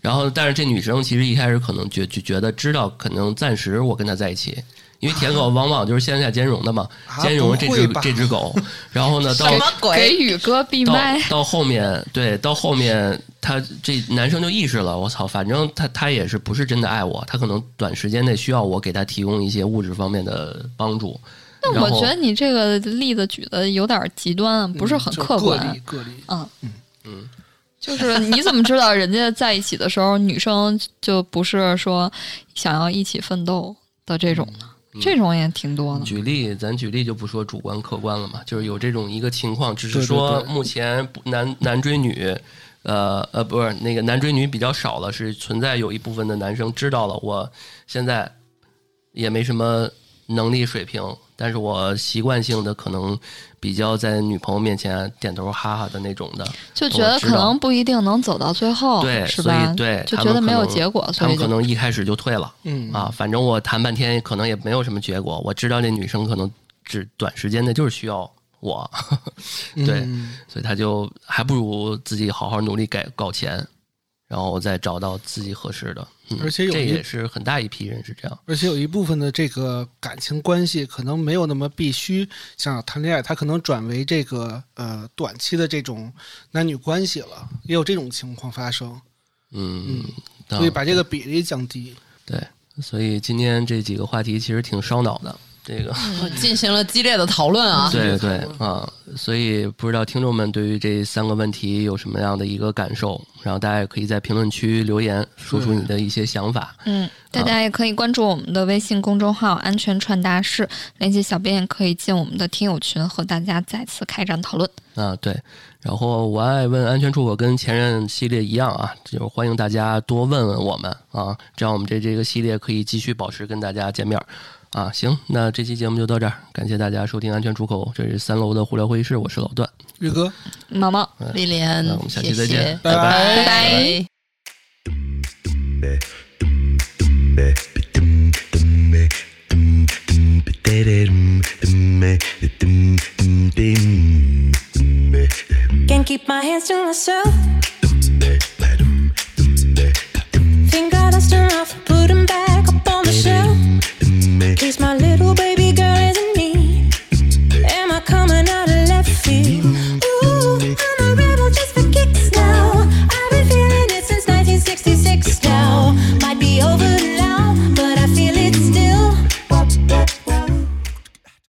Speaker 2: 然后，但是这女生其实一开始可能觉就觉得知道，可能暂时我跟他在一起，因为舔狗往往就是向下兼容的嘛，
Speaker 3: 啊
Speaker 2: 兼容这
Speaker 3: 不
Speaker 2: 只
Speaker 3: 会吧
Speaker 2: 这只狗。然 后呢，到
Speaker 4: 什么
Speaker 5: 哦给
Speaker 4: 鬼？
Speaker 5: 宇哥闭
Speaker 2: 到
Speaker 5: 麦。
Speaker 2: 到后面，对，到后面他这男生就意识了，我操，反正他他也是不是真的爱我，他可能短时间内需要我给他提供一些物质方面的帮助。
Speaker 5: 但
Speaker 2: 然
Speaker 5: 我
Speaker 2: 后
Speaker 5: 觉得你这个例子举的有点极端， 不是很
Speaker 3: 嗯就
Speaker 5: 客
Speaker 3: 个
Speaker 5: 观
Speaker 3: 例。个例，
Speaker 5: 嗯
Speaker 2: 嗯，
Speaker 5: 就是你怎么知道人家在一起的时候，女生就不是说想要一起奋斗的这种呢？
Speaker 2: 嗯
Speaker 5: 这种也挺多的。
Speaker 2: 举例，咱举例就不说主观客观了嘛，就是有这种一个情况，只是
Speaker 3: 对对
Speaker 2: 说
Speaker 3: 对
Speaker 2: 目前不男男追女，呃呃，不是那个男追女比较少了，是存在有一部分的男生知道了，我现在也没什么能力水平，但是我习惯性的可能比较在女朋友面前点头哈哈的那种的，
Speaker 5: 就觉得可能不一定能走到最后，
Speaker 2: 对，
Speaker 5: 哦是
Speaker 2: 所
Speaker 5: 吧？
Speaker 2: 以对，
Speaker 5: 就
Speaker 2: 他
Speaker 5: 觉
Speaker 2: 们
Speaker 5: 得
Speaker 2: 可
Speaker 5: 没有
Speaker 2: 能
Speaker 5: 结果，
Speaker 2: 他
Speaker 5: 所以
Speaker 2: 们可
Speaker 5: 就
Speaker 2: 能一开始就退了。
Speaker 3: 嗯
Speaker 2: 啊，反正我谈半天可能也没有什么结果。我知道这女生可能只短时间内就是需要我， 对
Speaker 3: 嗯
Speaker 2: 所以她就还不如自己好好努力改搞钱，然后再找到自己合适的。嗯、
Speaker 3: 而且有
Speaker 2: 这
Speaker 3: 一
Speaker 2: 也是很大一批人是这样。
Speaker 3: 而且有一部分的这个感情关系可能没有那么必须想要谈恋爱，他可能转为这个呃短期的这种男女关系了，也有这种情况发生，
Speaker 2: 嗯，
Speaker 3: 所以
Speaker 2: 啊
Speaker 3: 把这个比例降低。
Speaker 2: 对，所以今天这几个话题其实挺烧脑的。这个，
Speaker 4: 进行了激烈的讨论 啊！
Speaker 2: 对对啊，所以不知道听众们对于这三个问题有什么样的一个感受，然后大家也可以在评论区留言，说出你的一些想法。
Speaker 5: 嗯，大家也可以关注我们的微信公众号“安全传达室”，联系小编也可以进我们的听友群，和大家再次开展讨论。
Speaker 2: 啊，对，然后我爱问安全出口跟前任系列一样啊，就是欢迎大家多问问我们啊，这样我们这这个系列可以继续保持跟大家见面儿啊。行，那这期节目就到这儿，感谢大家收听安全出口，这是三楼的互聊会议室，我是老段，
Speaker 3: 宇哥，
Speaker 5: 毛毛，
Speaker 4: 威廉
Speaker 2: 那我们下期再
Speaker 4: 谢谢
Speaker 2: 见，
Speaker 3: 拜拜
Speaker 4: 拜
Speaker 5: 拜
Speaker 6: Can't keep my hands to myself.